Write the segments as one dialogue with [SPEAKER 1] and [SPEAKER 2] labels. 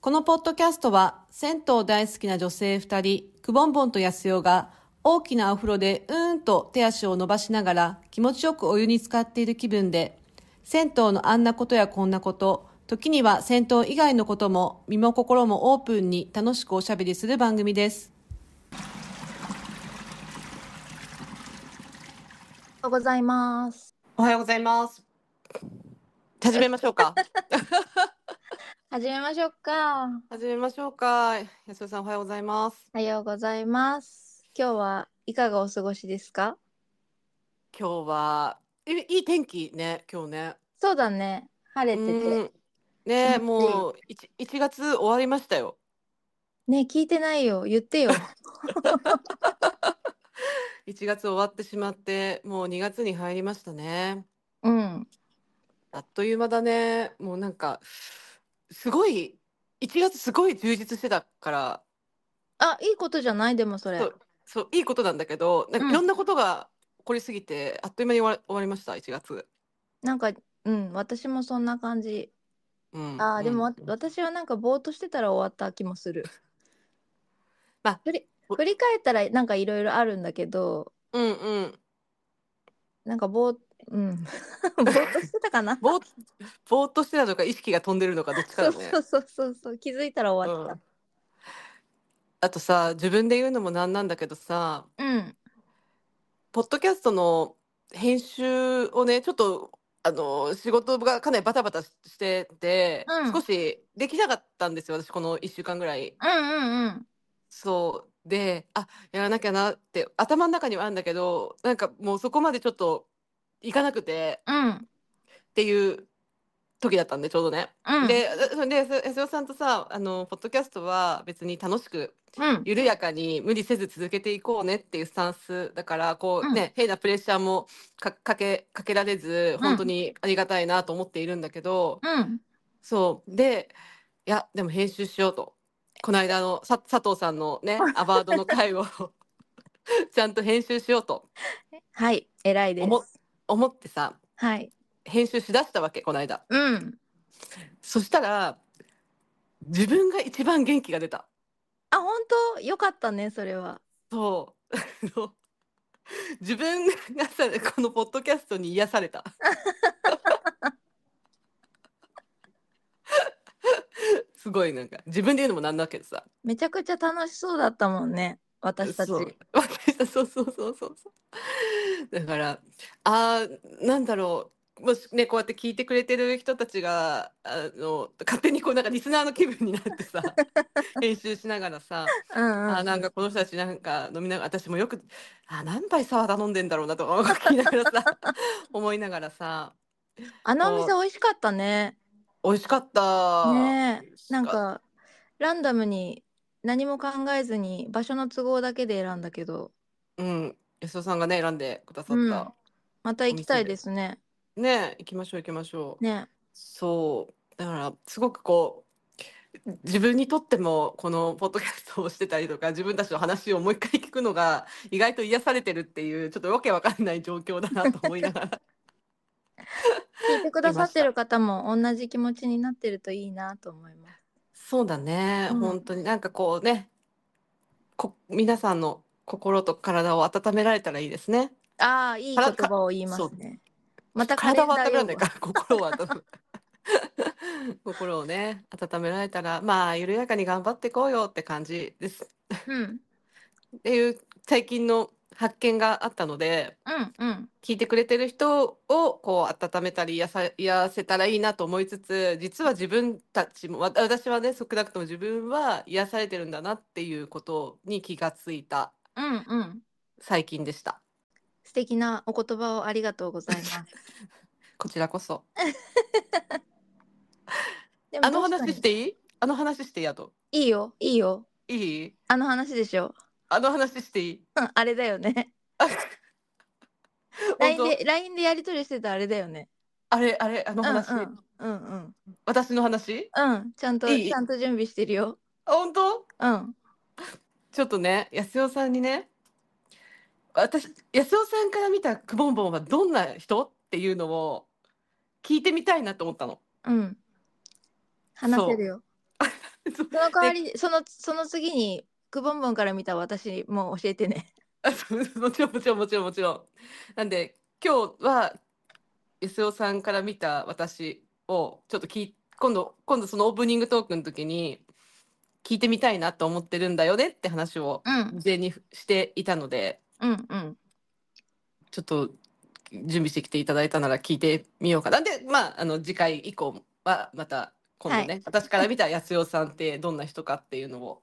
[SPEAKER 1] このポッドキャストは、銭湯大好きな女性2人、くぼんぼんとやすよが、大きなお風呂でうーんと手足を伸ばしながら気持ちよくお湯に浸かっている気分で、銭湯のあんなことやこんなこと、時には銭湯以外のことも身も心もオープンに楽しくおしゃべりする番組です。
[SPEAKER 2] おはようございます。
[SPEAKER 1] おはようございます。始めましょうか。
[SPEAKER 2] 始めましょうか。お
[SPEAKER 1] 始めましょうか。やすよさんおはようございます。
[SPEAKER 2] はようございます。今日はいかがお過ごしですか
[SPEAKER 1] 今日は、いいい天気ね、今日ね。
[SPEAKER 2] そうだね。晴れて
[SPEAKER 1] うん
[SPEAKER 2] て。
[SPEAKER 1] ね
[SPEAKER 2] う
[SPEAKER 1] え
[SPEAKER 2] ん
[SPEAKER 1] もう 1, 1月終わりましたよ。
[SPEAKER 2] ね、聞いてないよ。言 ってよ。
[SPEAKER 1] 1月終わってしまってもう2月に入りましたね。
[SPEAKER 2] うん。
[SPEAKER 1] あっという間だね。もうなんかすごい1月すごい充実してたから
[SPEAKER 2] あ、いいことじゃないでもそれ。
[SPEAKER 1] そうそういいことなんだけどなんか
[SPEAKER 2] うん
[SPEAKER 1] いろんなことが起こりすぎてあっという間に終わ終わりました1月。
[SPEAKER 2] なんか、うん、私もそんな感じ。
[SPEAKER 1] うん、
[SPEAKER 2] あー、でも
[SPEAKER 1] うん
[SPEAKER 2] わ私はなんかぼーっとしてたら終わった気もする。
[SPEAKER 1] まあ
[SPEAKER 2] 振り
[SPEAKER 1] お
[SPEAKER 2] 振り返ったらなんかいろいろあるんだけど、
[SPEAKER 1] うんうん
[SPEAKER 2] なんかぼー、 うん。ぼーっとしてたかな。
[SPEAKER 1] ぼーぼーっとしてたのか意識が飛んでるのかどっちか
[SPEAKER 2] そ
[SPEAKER 1] だ
[SPEAKER 2] う
[SPEAKER 1] ね
[SPEAKER 2] そうそうそうそう。気づいたら終わっ
[SPEAKER 1] あとさ自分で言うのもなんなんだけどさ
[SPEAKER 2] た。うん。
[SPEAKER 1] ポッドキャストの編集をね、ちょっと、あの、仕事がかなりバタバタししてて
[SPEAKER 2] う、ん
[SPEAKER 1] 少しできなかったんですよ、私、この1週間ぐらい。
[SPEAKER 2] うんうんうん。
[SPEAKER 1] そう。で、あ、やらなきゃなって、頭の中にはあるんだけど、なんかもうそこまでちょっと、いかなくて、
[SPEAKER 2] うん。
[SPEAKER 1] っていう時だったんで、ちょうどね。
[SPEAKER 2] うん。
[SPEAKER 1] で、そで、安代さんとさ、あの、ポッドキャストは別に楽しく、
[SPEAKER 2] うん。
[SPEAKER 1] 緩やかに無理せず続けていこうねっていうスタンスだからこう
[SPEAKER 2] う
[SPEAKER 1] ね、変なプレッシャーもかかけかけられず
[SPEAKER 2] ん
[SPEAKER 1] 本当にありがたいなと思っているんだけど、
[SPEAKER 2] うん。
[SPEAKER 1] そうでいやでも編集しようとこの間のさ佐藤さんの ねアワードの回を ちゃんと編集しようと
[SPEAKER 2] はい。偉いで
[SPEAKER 1] 思
[SPEAKER 2] す。
[SPEAKER 1] 思ってさ
[SPEAKER 2] はい。
[SPEAKER 1] 編集しだしたわけこの間
[SPEAKER 2] うん。
[SPEAKER 1] そしたら自分が一番元気が出た。
[SPEAKER 2] あ、本当よかったね、それは。
[SPEAKER 1] そう。あの自分がさ、このポッドキャストに癒された。すごいなんか自分で言うのもなんだけどさ。
[SPEAKER 2] めちゃくちゃ楽しそうだったもんね、私たち。
[SPEAKER 1] そう う私たちそうそうそうそうそう。だからあーなんだろう。もしねこうやって聞いてくれてる人たちがあの勝手にこうなんかリスナーの気分になっ てさ編集しながらさ
[SPEAKER 2] んうん。
[SPEAKER 1] あーなんかこの人たちなんか飲みながら私もよくあー何杯サワー頼んでんだろうなとか聞きながらさ 思いながらさ
[SPEAKER 2] あのお店美味しかったね。
[SPEAKER 1] 美味しかった
[SPEAKER 2] ねえ
[SPEAKER 1] 美味し
[SPEAKER 2] なんか、ランダムに何も考えずに場所の都合だけで選んだけど、
[SPEAKER 1] うん安田さんがね選んでくださっ
[SPEAKER 2] うん
[SPEAKER 1] た、
[SPEAKER 2] また行きたいですね。
[SPEAKER 1] ね行きましょう行きましょう、
[SPEAKER 2] ね
[SPEAKER 1] そうだからすごくこう自分にとってもこのポッドキャストをしてたりとか自分たちの話をもう一回聞くのが意外と癒されてるっていうちょっとわけわかんない状況だなと思いながら
[SPEAKER 2] 聞いてくださってる方も同じ気持ちになってるといいなと思います。
[SPEAKER 1] そうだね、
[SPEAKER 2] うん
[SPEAKER 1] 本当になんかこうね、こ、皆さんの心と体を温められたらいいですね。
[SPEAKER 2] ああ、いい言
[SPEAKER 1] 体か
[SPEAKER 2] 葉を言いますね。またカレ
[SPEAKER 1] 体
[SPEAKER 2] ンダー
[SPEAKER 1] は温められ
[SPEAKER 2] 用
[SPEAKER 1] ない
[SPEAKER 2] 語
[SPEAKER 1] から心を温め 心をね、温められたら、まあ緩やかに頑張っていこうよって感じです。
[SPEAKER 2] うん。
[SPEAKER 1] っていう最近の発見があったので、
[SPEAKER 2] うん。うん。
[SPEAKER 1] 聞いてくれてる人をこう温めたり癒さ、癒せたらいいなと思いつつ、実は自分たちも、わ私はね、少なくとも自分は癒されてるんだなっていうことに気がついた。
[SPEAKER 2] うん。うん。
[SPEAKER 1] 最近でした。
[SPEAKER 2] 素敵なお言葉をありがとうございます。
[SPEAKER 1] こちらこそ。
[SPEAKER 2] でも
[SPEAKER 1] あの
[SPEAKER 2] 確か
[SPEAKER 1] 話
[SPEAKER 2] に
[SPEAKER 1] していいあの話していいあと。
[SPEAKER 2] いいよ、いいよ。
[SPEAKER 1] いい
[SPEAKER 2] あの話でしょ。
[SPEAKER 1] あの話していい
[SPEAKER 2] うん、あれだよ ね。
[SPEAKER 1] 本
[SPEAKER 2] LINE
[SPEAKER 1] 当
[SPEAKER 2] で、LINE でやり取りしてたあれだよね。
[SPEAKER 1] あれあれあ
[SPEAKER 2] う
[SPEAKER 1] の
[SPEAKER 2] んうん
[SPEAKER 1] 話、
[SPEAKER 2] うんうん。
[SPEAKER 1] 私の話
[SPEAKER 2] うん、ちゃんと、
[SPEAKER 1] いい
[SPEAKER 2] ちゃんと準備してるよ。
[SPEAKER 1] あ本当
[SPEAKER 2] うん。
[SPEAKER 1] ちょっとね、安代さんにね、私、安代さんから見たくぼんぼんはどんな人っていうのを聞いてみたいなと思ったの。
[SPEAKER 2] うん。話せるよ。 その代わりそのその次にくぼんぼんから見た私も教えてね
[SPEAKER 1] あそう もちろんもちろんもちろんもちろん。なんで今日は SO さんから見た私をちょっと聞い今度今度そのオープニングトークの時に聞いてみたいなと思ってるんだよねって話を
[SPEAKER 2] うん
[SPEAKER 1] 事前にしていたので
[SPEAKER 2] うんうん
[SPEAKER 1] ちょっと準備してきていただいたなら聞いてみようかなでまああの次回以降はまた今度ね、
[SPEAKER 2] は
[SPEAKER 1] 私から見た安代さんってどんな人かっていうの を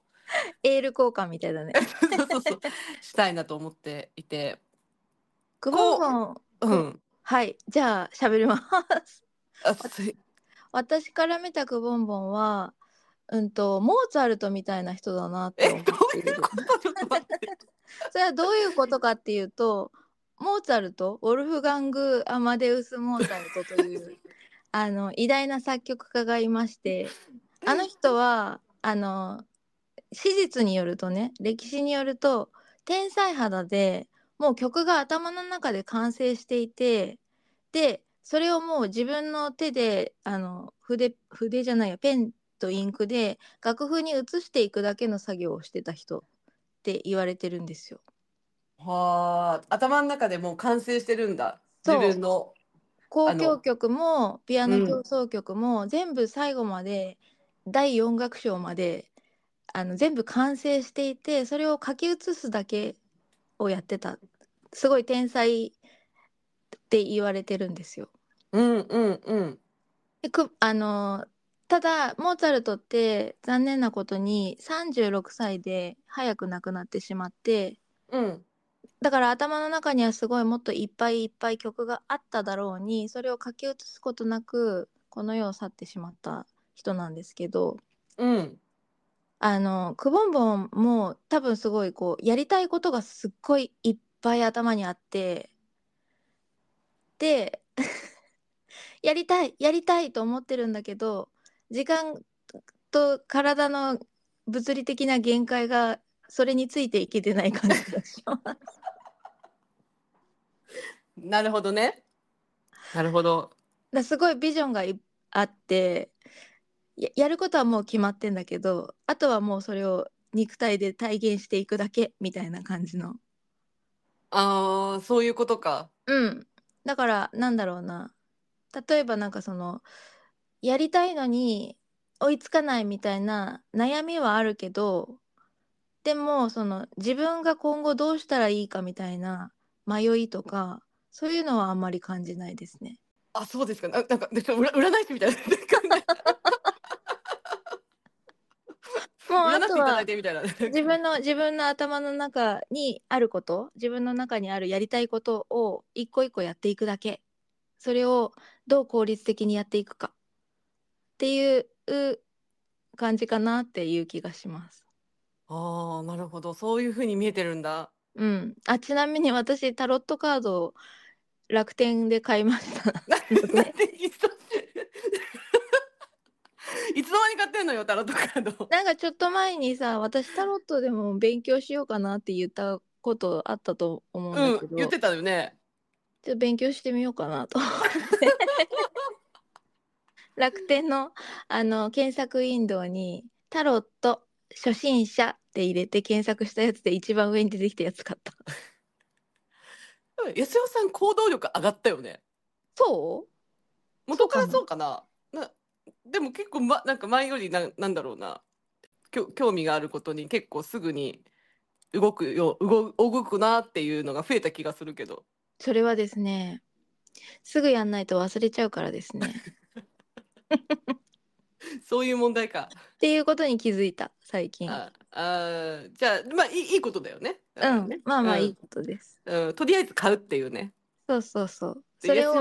[SPEAKER 2] エール交換みたい だね
[SPEAKER 1] そうそうそうしたいなと思っていて
[SPEAKER 2] くぼんぼん
[SPEAKER 1] うん
[SPEAKER 2] はいじゃあ喋ります
[SPEAKER 1] あつい
[SPEAKER 2] 私から見たくぼんぼんはうんとモーツァルトみたいな人だなって
[SPEAKER 1] え
[SPEAKER 2] 思
[SPEAKER 1] ど
[SPEAKER 2] っ
[SPEAKER 1] う
[SPEAKER 2] てい
[SPEAKER 1] い
[SPEAKER 2] る
[SPEAKER 1] うことちょっと待って
[SPEAKER 2] それはどういうことかっていうとモーツァルトウォルフガング・アマデウス・モーツァルトというあの偉大な作曲家がいましてあの人はあの史実によるとね歴史によると天才肌でもう曲が頭の中で完成していてでそれをもう自分の手であの筆筆じゃないやペンとインクで楽譜に移していくだけの作業をしてた人って言われてるんですよ。
[SPEAKER 1] はあ頭の中でもう完成してるんだ
[SPEAKER 2] そう
[SPEAKER 1] 自分の
[SPEAKER 2] 交響曲もピアノ協奏曲も、全部最後まで第4楽章まであの全部完成していてそれを書き写すだけをやってたすごい天才って言われてるんですよ。
[SPEAKER 1] うんうんうん
[SPEAKER 2] でくあのただモーツァルトって残念なことに36歳で早く亡くなってしまって
[SPEAKER 1] うん
[SPEAKER 2] だから頭の中にはすごいもっといっぱいいっぱい曲があっただろうにそれを書き写すことなくこの世を去ってしまった人なんですけど
[SPEAKER 1] うん
[SPEAKER 2] あのくぼんぼんも多分すごいこうやりたいことがすっごいいっぱい頭にあってで やりたいやりたいと思ってるんだけど時間と体の物理的な限界がそれについていけてない感じがします。
[SPEAKER 1] なるほどねなるほど
[SPEAKER 2] だすごいビジョンがいあってややることはもう決まってんだけどあとはもうそれを肉体で体現していくだけみたいな感じの
[SPEAKER 1] ああそういうことか
[SPEAKER 2] うんだからなんだろうな例えばなんかそのやりたいのに追いつかないみたいな悩みはあるけどでもその自分が今後どうしたらいいかみたいな迷いとかそういうのはあんまり感じないですね。
[SPEAKER 1] あ、そうですか。ななんか、で占占い師みたいな。
[SPEAKER 2] もうあ
[SPEAKER 1] 占って
[SPEAKER 2] と
[SPEAKER 1] いた
[SPEAKER 2] は
[SPEAKER 1] だいてみたいな。
[SPEAKER 2] 自分の自分の頭の中にあること自分の中にあるやりたいことを一個一個やっていくだけそれをどう効率的にやっていくかっていう感じかなっていう気がします。
[SPEAKER 1] ああ、なるほど。そういうふうに見えてるんだ。
[SPEAKER 2] うん、あちなみに私タロットカードを楽天で買いました。
[SPEAKER 1] なんでいつ いつの間に買ってんのよ、タロットカード。
[SPEAKER 2] なんかちょっと前にさ私タロットでも勉強しようかなって言ったことあったと思うんだけ
[SPEAKER 1] うん、
[SPEAKER 2] ど、
[SPEAKER 1] 言っ
[SPEAKER 2] ちょ
[SPEAKER 1] てたよね。
[SPEAKER 2] っと勉強してみようか なと思って。楽天のあの検索ウィンドウに「タロット初心者」って入れて検索したやつで一番上に出てきたやつ買った。
[SPEAKER 1] 安代さん、行動力上がったよね。
[SPEAKER 2] そ
[SPEAKER 1] 元からそ
[SPEAKER 2] そう
[SPEAKER 1] かな。な、でも結構、ま、なんか前よりなん、なんだろうな。きょ、興味があることに結構すぐに動くよ、動、動くなっていうのが増えた気がするけど。
[SPEAKER 2] うそれはですねすぐやんないと忘れちゃうからです ね。
[SPEAKER 1] そういう問題か。
[SPEAKER 2] っていうことに気づいた最近。
[SPEAKER 1] ああーじゃあまあいいいいことだよね。
[SPEAKER 2] う
[SPEAKER 1] だから
[SPEAKER 2] ん
[SPEAKER 1] ね、
[SPEAKER 2] まあまあ
[SPEAKER 1] うん
[SPEAKER 2] いいことです。
[SPEAKER 1] うんとりあえず買うっていうね。
[SPEAKER 2] そうそうそう。
[SPEAKER 1] で
[SPEAKER 2] それを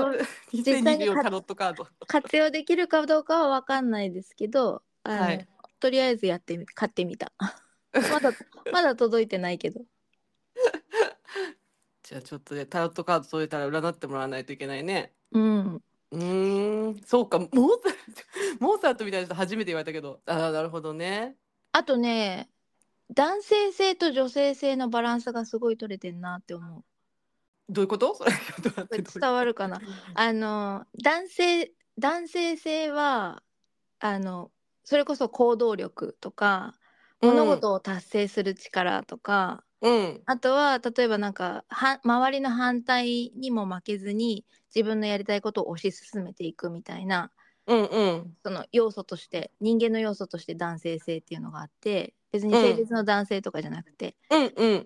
[SPEAKER 1] 安
[SPEAKER 2] 際
[SPEAKER 1] 代
[SPEAKER 2] に買っ
[SPEAKER 1] 2024タロットカード。
[SPEAKER 2] 活用できるかどうかは分かんないですけど、あの
[SPEAKER 1] はい
[SPEAKER 2] とりあえずやってみ買ってみ たまだまだ届いてないけど
[SPEAKER 1] じゃあちょっとねタロットカード届いたら占ってもらわないといけないね。
[SPEAKER 2] うん
[SPEAKER 1] うーんそうかモーツァルトモーツァルトみたいな人初めて言われたけどああなるほどね。
[SPEAKER 2] あとね男性性と女性性のバランスがすごい取れてんなって思う
[SPEAKER 1] どういうことそれちょっと
[SPEAKER 2] こ
[SPEAKER 1] 待っ
[SPEAKER 2] れ
[SPEAKER 1] て
[SPEAKER 2] 伝わるかなあの男性男性性はあのそれこそ行動力とか
[SPEAKER 1] うん
[SPEAKER 2] 物事を達成する力とか、
[SPEAKER 1] うん
[SPEAKER 2] あとは例えばなんかは周りの反対にも負けずに自分のやりたいことを推し進めていくみたいな
[SPEAKER 1] うんうん
[SPEAKER 2] その要素として人間の要素として男性性っていうのがあって別に性別の男性とかじゃなくて、
[SPEAKER 1] うんうん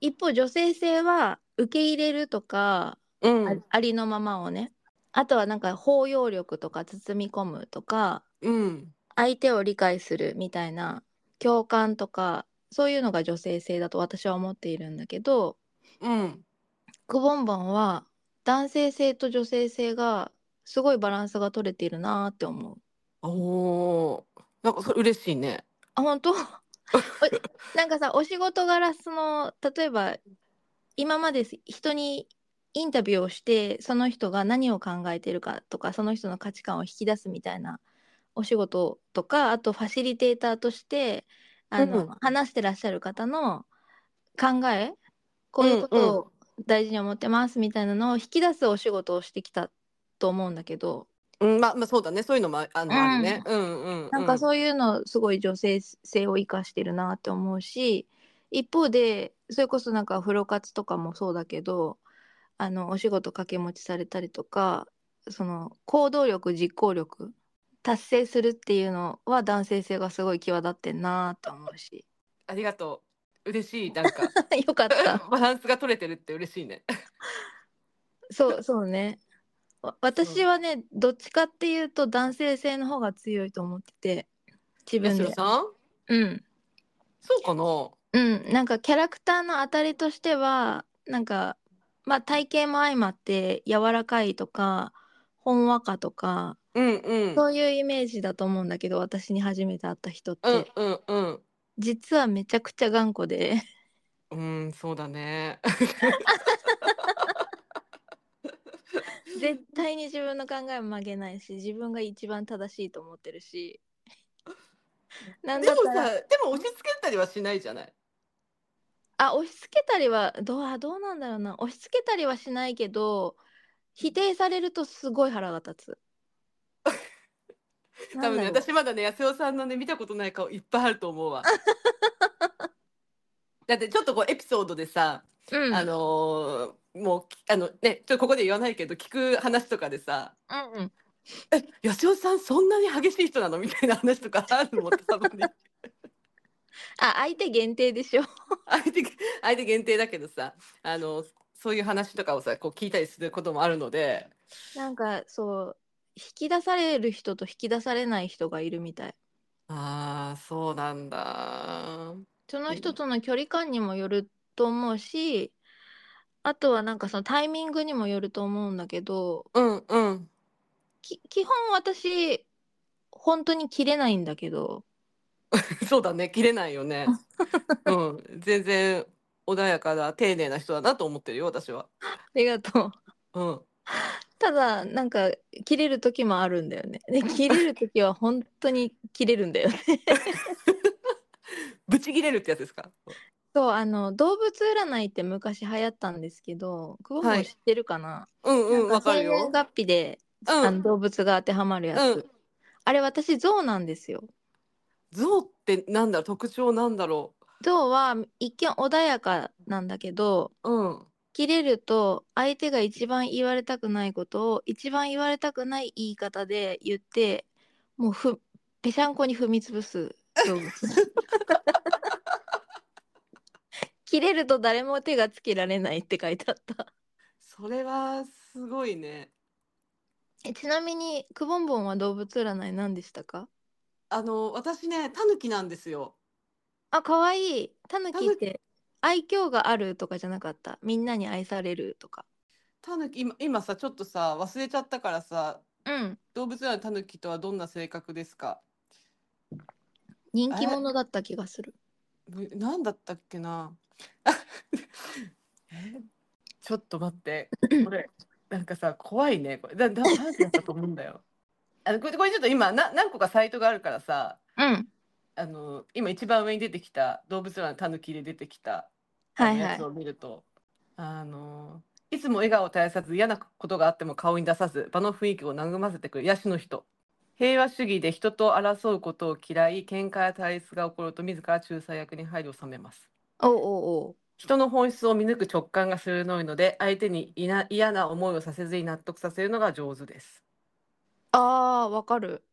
[SPEAKER 2] 一方女性性は受け入れるとか
[SPEAKER 1] うん
[SPEAKER 2] あありのままをねあとはなんか包容力とか包み込むとか
[SPEAKER 1] うん
[SPEAKER 2] 相手を理解するみたいな共感とかそういうのが女性性だと私は思っているんだけど
[SPEAKER 1] うん
[SPEAKER 2] クボンボンは男性性と女性性がすごいバランスが取れているなーって思う。
[SPEAKER 1] おおーなんかそれ嬉しいね
[SPEAKER 2] あ本当 おなんかさお仕事柄その例えば今まで人にインタビューをしてその人が何を考えてるかとかその人の価値観を引き出すみたいなお仕事とかあとファシリテーターとしてあの、
[SPEAKER 1] うん
[SPEAKER 2] 話してらっしゃる方の考えこういうことを大事に思ってますみたいなのを引き出すお仕事をしてきたと思うんだけど、
[SPEAKER 1] うんまあまあそうだねそういうのもああの、
[SPEAKER 2] うん
[SPEAKER 1] あるねうんうん、うん、
[SPEAKER 2] なんかそういうのすごい女性性を生かしてるなって思うし一方でそれこそなんか風呂活とかもそうだけどあのお仕事掛け持ちされたりとかその行動力実行力達成するっていうのは男性性がすごい際立ってんなと思うし
[SPEAKER 1] ありがとう嬉しいなんか
[SPEAKER 2] よかった
[SPEAKER 1] バランスが取れてるって嬉しいね
[SPEAKER 2] そうそうねわ私はねどっちかっていうと男性性の方が強いと思ってて自分
[SPEAKER 1] 八
[SPEAKER 2] で
[SPEAKER 1] 代さん
[SPEAKER 2] うん
[SPEAKER 1] そうかな
[SPEAKER 2] うん、なんかキャラクターの当たりとしてはなんか、まあ、体型も相まって柔らかいとかほんわかとか
[SPEAKER 1] うんうん
[SPEAKER 2] そういうイメージだと思うんだけど私に初めて会った人っ
[SPEAKER 1] うん
[SPEAKER 2] て
[SPEAKER 1] うんうん
[SPEAKER 2] 実はめちゃくちゃ頑固で
[SPEAKER 1] うんそうだね
[SPEAKER 2] 絶対に自分の考えも曲げないし自分が一番正しいと思ってるしなん
[SPEAKER 1] で
[SPEAKER 2] だっ
[SPEAKER 1] も
[SPEAKER 2] た
[SPEAKER 1] さ
[SPEAKER 2] ら
[SPEAKER 1] でも押し付けたりはしないじゃない
[SPEAKER 2] あ押し付けたりはどうあどうなんだろうな押し付けたりはしないけど否定されるとすごい腹が立 つ。
[SPEAKER 1] 多分ね
[SPEAKER 2] なんだろう
[SPEAKER 1] 私まだね安代さんのね見たことない顔いっぱいあると思 うわだってちょっとこうエピソードでさ、
[SPEAKER 2] うん、
[SPEAKER 1] あのーもうきあのねちょっとここで言わないけど聞く話とかでさ
[SPEAKER 2] うんうん、
[SPEAKER 1] 「え安代さんそんなに激しい人なの?」みたいな話とかあるもんたまに
[SPEAKER 2] あ相手限定でし ょ。
[SPEAKER 1] 相手相手限定だけどさあのそういう話とかをさこう聞いたりすることもあるので
[SPEAKER 2] なんかそう引き出される人と引き出されない人がいるみたい。
[SPEAKER 1] ああそうなんだ
[SPEAKER 2] その人との距離感にもよると思うしあとはなんかそのタイミングにもよると思うんだけど
[SPEAKER 1] うんうん
[SPEAKER 2] き基本私本当に切れないんだけど
[SPEAKER 1] そうだね、切れないよね。うん、全然穏やかな丁寧な人だなと思ってるよ、私は。
[SPEAKER 2] ありがとう。
[SPEAKER 1] うん、
[SPEAKER 2] ただなんか切れる時もあるんだよね。 で切れる時は本当に切れるんだよね。
[SPEAKER 1] ぶち切れるってやつですか。
[SPEAKER 2] そうあの動物占いって昔流行ったんですけど久保
[SPEAKER 1] は
[SPEAKER 2] も
[SPEAKER 1] い
[SPEAKER 2] 知ってるかな、
[SPEAKER 1] うんうん、わかる
[SPEAKER 2] 生
[SPEAKER 1] よ。
[SPEAKER 2] 年月日で、
[SPEAKER 1] う
[SPEAKER 2] あの
[SPEAKER 1] ん、
[SPEAKER 2] 動物が当てはまるやつ、
[SPEAKER 1] うん、
[SPEAKER 2] あれ私象なんですよ
[SPEAKER 1] 象ってなんだろう、特徴なんだろ
[SPEAKER 2] 象は一見穏やかなんだけど
[SPEAKER 1] う。うん、
[SPEAKER 2] 切れると相手が一番言われたくないことを一番言われたくない言い方で言ってもうふぺしゃんこに踏み潰す動物 切れると誰も手がつけられないって書いてあった
[SPEAKER 1] それはすごいね。
[SPEAKER 2] えちなみにくぼんぼんは動物占い何でしたか
[SPEAKER 1] あの、私ね、タヌキなんですよ。
[SPEAKER 2] あ、可愛い。タヌキ
[SPEAKER 1] 狸
[SPEAKER 2] って愛嬌があるとかじゃなかった。みんなに愛されるとか。
[SPEAKER 1] タヌキ、今、今さ、ちょっとさ、忘れちゃったからさ。
[SPEAKER 2] うん。
[SPEAKER 1] 動物園のタヌキとはどんな性格ですか。
[SPEAKER 2] 人気者だった気がする。
[SPEAKER 1] ぶなんだったっけな。 えちょっと待って。これ、なんかさ、怖いね。これ、だ、だ、なんだったと思うんだよ。あの、これ、これちょっと今、な、何個かサイトがあるからさ。
[SPEAKER 2] うん。
[SPEAKER 1] あの、今一番上に出てきた、動物園のタヌキで出てきた。あの
[SPEAKER 2] はいは
[SPEAKER 1] や
[SPEAKER 2] い
[SPEAKER 1] つ。を見ると。あの、いつも笑顔を絶やさず、嫌なことがあっても顔に出さず、場の雰囲気を和ませてくる、ヤシの人。平和主義で人と争うことを嫌い、喧嘩や対立が起こると自ら仲裁役に配慮を収めます。
[SPEAKER 2] おうおうおう
[SPEAKER 1] 人の本質を見抜く直感が鋭いので、相手にいな嫌な思いをさせずに納得させるのが上手です。
[SPEAKER 2] あーわかる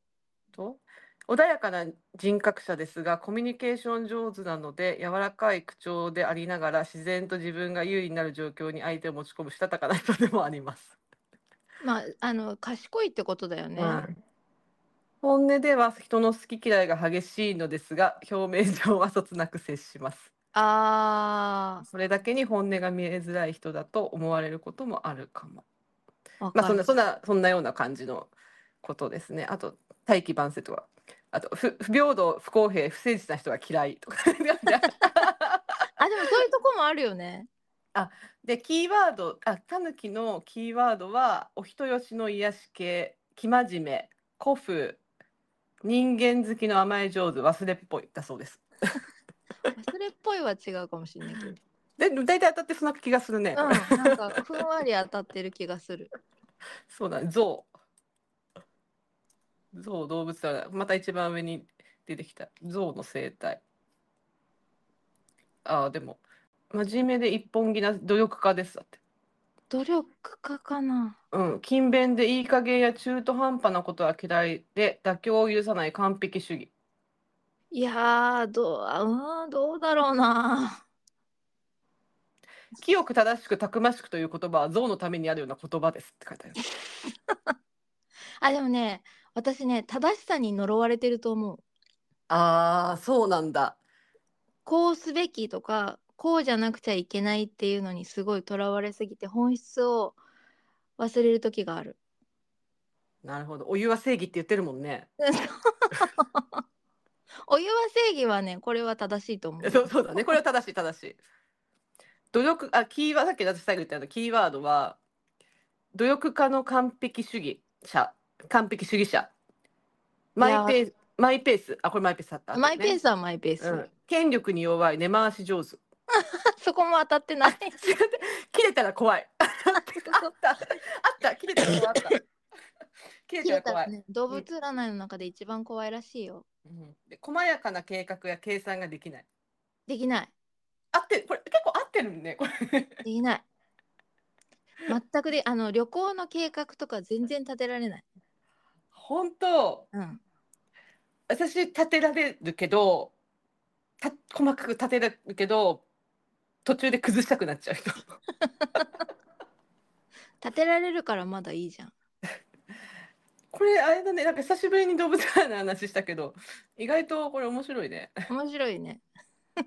[SPEAKER 1] と穏やかな人格者ですが、コミュニケーション上手なので、柔らかい口調でありながら、自然と自分が有利になる状況に相手を持ち込むしたたかな人でもあります。
[SPEAKER 2] まああの賢いってことだよね、
[SPEAKER 1] はい本音では人の好き嫌いが激しいのですが、表面上はそつなく接します。
[SPEAKER 2] あ
[SPEAKER 1] それだけに本音が見えづらい人だと思われることもあるかも。
[SPEAKER 2] ーわか
[SPEAKER 1] まあそん
[SPEAKER 2] る
[SPEAKER 1] なそんなそんなような感じのことですね。あと大器晩成とか、あと不不平等、不公平、不誠実な人は嫌いとか。
[SPEAKER 2] あでもそういうとこもあるよね
[SPEAKER 1] でキーワードあタヌキのキーワードはお人よしの癒し系生真面目古風人間好きの甘え上手忘れっぽいだそうです。
[SPEAKER 2] 忘れっぽいは違うかもしれないけど
[SPEAKER 1] で大体当たってそんな気がする ね。
[SPEAKER 2] うん、なんかふんわり当たってる気がする。
[SPEAKER 1] そうだね象象動物だまた一番上に出てきた象の生態ああでも真面目で一本気な努力家ですだって
[SPEAKER 2] 努力家かな。
[SPEAKER 1] うん勤勉でいい加減や中途半端なことは嫌いで妥協を許さない完璧主義
[SPEAKER 2] いやーどうあうーんどうだろうな。
[SPEAKER 1] 清く正しくたくましくという言葉は象のためにあるような言葉ですって書いてある
[SPEAKER 2] あでもね私ね正しさに呪われてると思う。
[SPEAKER 1] ああそうなんだ
[SPEAKER 2] こうすべきとかこうじゃなくちゃいけないっていうのにすごいとらわれすぎて本質を忘れる時がある。
[SPEAKER 1] なるほどお湯は正義って言ってるもんね
[SPEAKER 2] お湯は正義はねこれは正しいと思う。
[SPEAKER 1] そうそうだね。これは正しい正しい。努力あキーワードさっき私最後言ったようなキーワードは努力家の完璧主義者完璧主義者マイペースマイペースあこれマイペースだっ た、
[SPEAKER 2] マイペー
[SPEAKER 1] ス、
[SPEAKER 2] スはマイペース。
[SPEAKER 1] うん、権力に弱い根回し上手
[SPEAKER 2] そこも当たって ない。
[SPEAKER 1] 切れたら怖いあったあった切れたら怖かった切れたら怖い、
[SPEAKER 2] ね、動物占いの中で一番怖いらしいよ。
[SPEAKER 1] うん、で細やかな計画や計算ができない
[SPEAKER 2] できない。
[SPEAKER 1] 合ってるこれ結構合ってるねこれ
[SPEAKER 2] できない。全くで、あの旅行の計画とか全然立てられない。
[SPEAKER 1] 本当
[SPEAKER 2] うん。
[SPEAKER 1] 私立てられるけどた細かく立てられるけど途中で崩したくなっちゃう人
[SPEAKER 2] 立てられるからまだいいじゃん。
[SPEAKER 1] これあれだねなんか久しぶりに動物園の話したけど意外とこれ面白いね
[SPEAKER 2] 面白いね。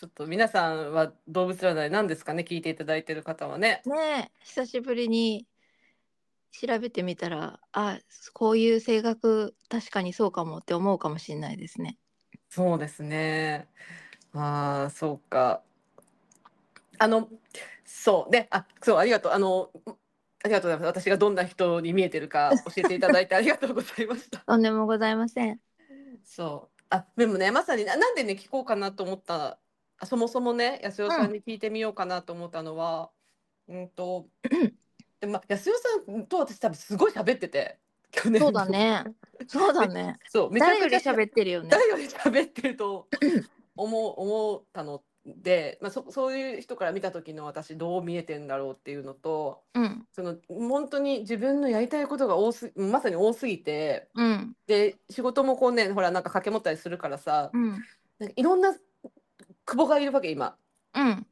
[SPEAKER 1] ちょっと皆さんは動物占い何ですかね聞いていただいてる方はね
[SPEAKER 2] ねえ、久しぶりに調べてみたら、あ、こういう性格確かにそうかもって思うかもしれないですね。
[SPEAKER 1] そうですねああそうかあのそうねあそうありがとうあのありがとうございます私がどんな人に見えてるか教えていただいてありがとうございました
[SPEAKER 2] とんでもございません。
[SPEAKER 1] そう。あ、でもね、まさにな、なんでね、聞こうかなと思った、あ、そもそもね、安代さんに聞いてみようかなと思ったのは、うんと、で、ま、安代さんと私多分すごい喋ってて、去年
[SPEAKER 2] そうだ
[SPEAKER 1] の。
[SPEAKER 2] ね。そうだね。
[SPEAKER 1] そう、めちゃ
[SPEAKER 2] 誰よ
[SPEAKER 1] く
[SPEAKER 2] り
[SPEAKER 1] ちゃ
[SPEAKER 2] 喋ってるよね。
[SPEAKER 1] 誰より喋ってると思う、思ったので、まあ、そ、そういう人から見た時の私どう見えてんだろうっていうのと、
[SPEAKER 2] うん。
[SPEAKER 1] その、本当に自分のやりたいことが多す、まさに多すぎて、
[SPEAKER 2] うん。
[SPEAKER 1] で、仕事もこうね、ほら、なんか掛け持ったりするからさ、
[SPEAKER 2] うん。
[SPEAKER 1] なんかいろんな久保がいるわけ今。
[SPEAKER 2] うん。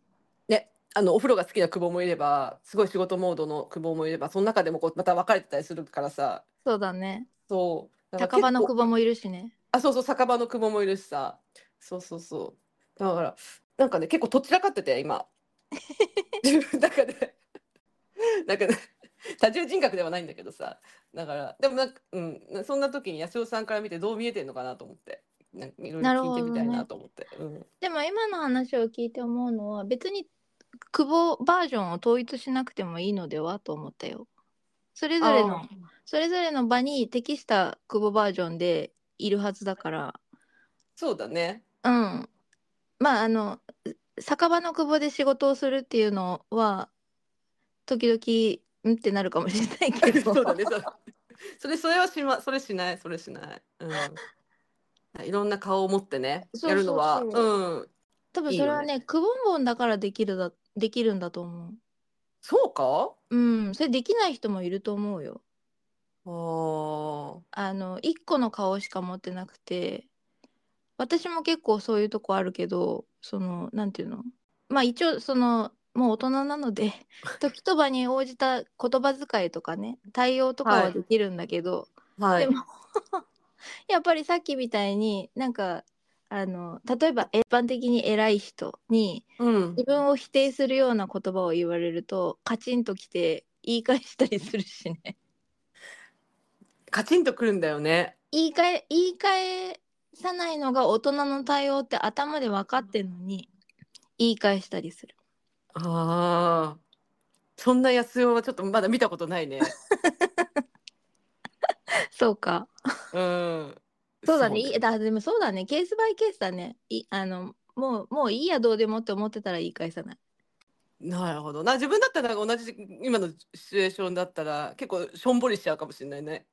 [SPEAKER 1] ね、あのお風呂が好きな久保もいればすごい仕事モードの久保もいればその中でもこうまた分かれてたりするからさ
[SPEAKER 2] そうだね。
[SPEAKER 1] そうだか
[SPEAKER 2] 高
[SPEAKER 1] ら
[SPEAKER 2] 場の
[SPEAKER 1] 結構
[SPEAKER 2] 久保もいるしね。
[SPEAKER 1] あそうそう酒場の久保もいるしさそうそうそうだからなんかね結構とっちらかって て今自分の中でなんかね多重人格ではないんだけどさだからでもなんか、うん、そんな時に安代さんから見てどう見えてんのかなと思ってなんかいろいろ聞いてみたいなと思って、うん、
[SPEAKER 2] でも今の話を聞いて思うのは別に久保バージョンを統一しなくてもいいのではと思ったよ。それぞれの
[SPEAKER 1] あー
[SPEAKER 2] それぞれの場に適した久保バージョンでいるはずだから
[SPEAKER 1] そう だね
[SPEAKER 2] うんまああの酒場の久保で仕事をするっていうのは時々うんってなるかもしれないけど
[SPEAKER 1] そうだね、そうだねそれそれはしまそれしないそれしない、うん、いろんな顔を持ってね
[SPEAKER 2] そう
[SPEAKER 1] やるのは
[SPEAKER 2] そう
[SPEAKER 1] う
[SPEAKER 2] そ
[SPEAKER 1] ん
[SPEAKER 2] 多分それはねくぼんぼんだからできるだできるんだと思
[SPEAKER 1] そうか
[SPEAKER 2] ううんそれできない人もいると思うよ
[SPEAKER 1] あー
[SPEAKER 2] あの一個の顔しか持ってなくて私も結構そういうとこあるけどそのなんていうのまあ一応そのもう大人なの で時と場に応じた言葉遣いとかね対応とか
[SPEAKER 1] は
[SPEAKER 2] はいできるんだけど、
[SPEAKER 1] はい
[SPEAKER 2] でもやっぱりさっきみたいになんかあの例えば一般的に偉い人に
[SPEAKER 1] うん
[SPEAKER 2] 自分を否定するような言葉を言われるとカチンときて言い返したりするしね
[SPEAKER 1] カチンとくるんだよね
[SPEAKER 2] 言い返言い返さないのが大人の対応って頭で分かってんのに言い返したりする
[SPEAKER 1] ああそんな安代はちょっとまだ見たことない ね
[SPEAKER 2] そうか
[SPEAKER 1] うん
[SPEAKER 2] そうだねい
[SPEAKER 1] ね
[SPEAKER 2] いだでもそうだねケースバイケースだねいあのもうもういいやどうでもって思ってたら言い返さない
[SPEAKER 1] なるほどな自分だったら同じ今のシチュエーションだったら結構しょんぼりしちゃうかもしれないね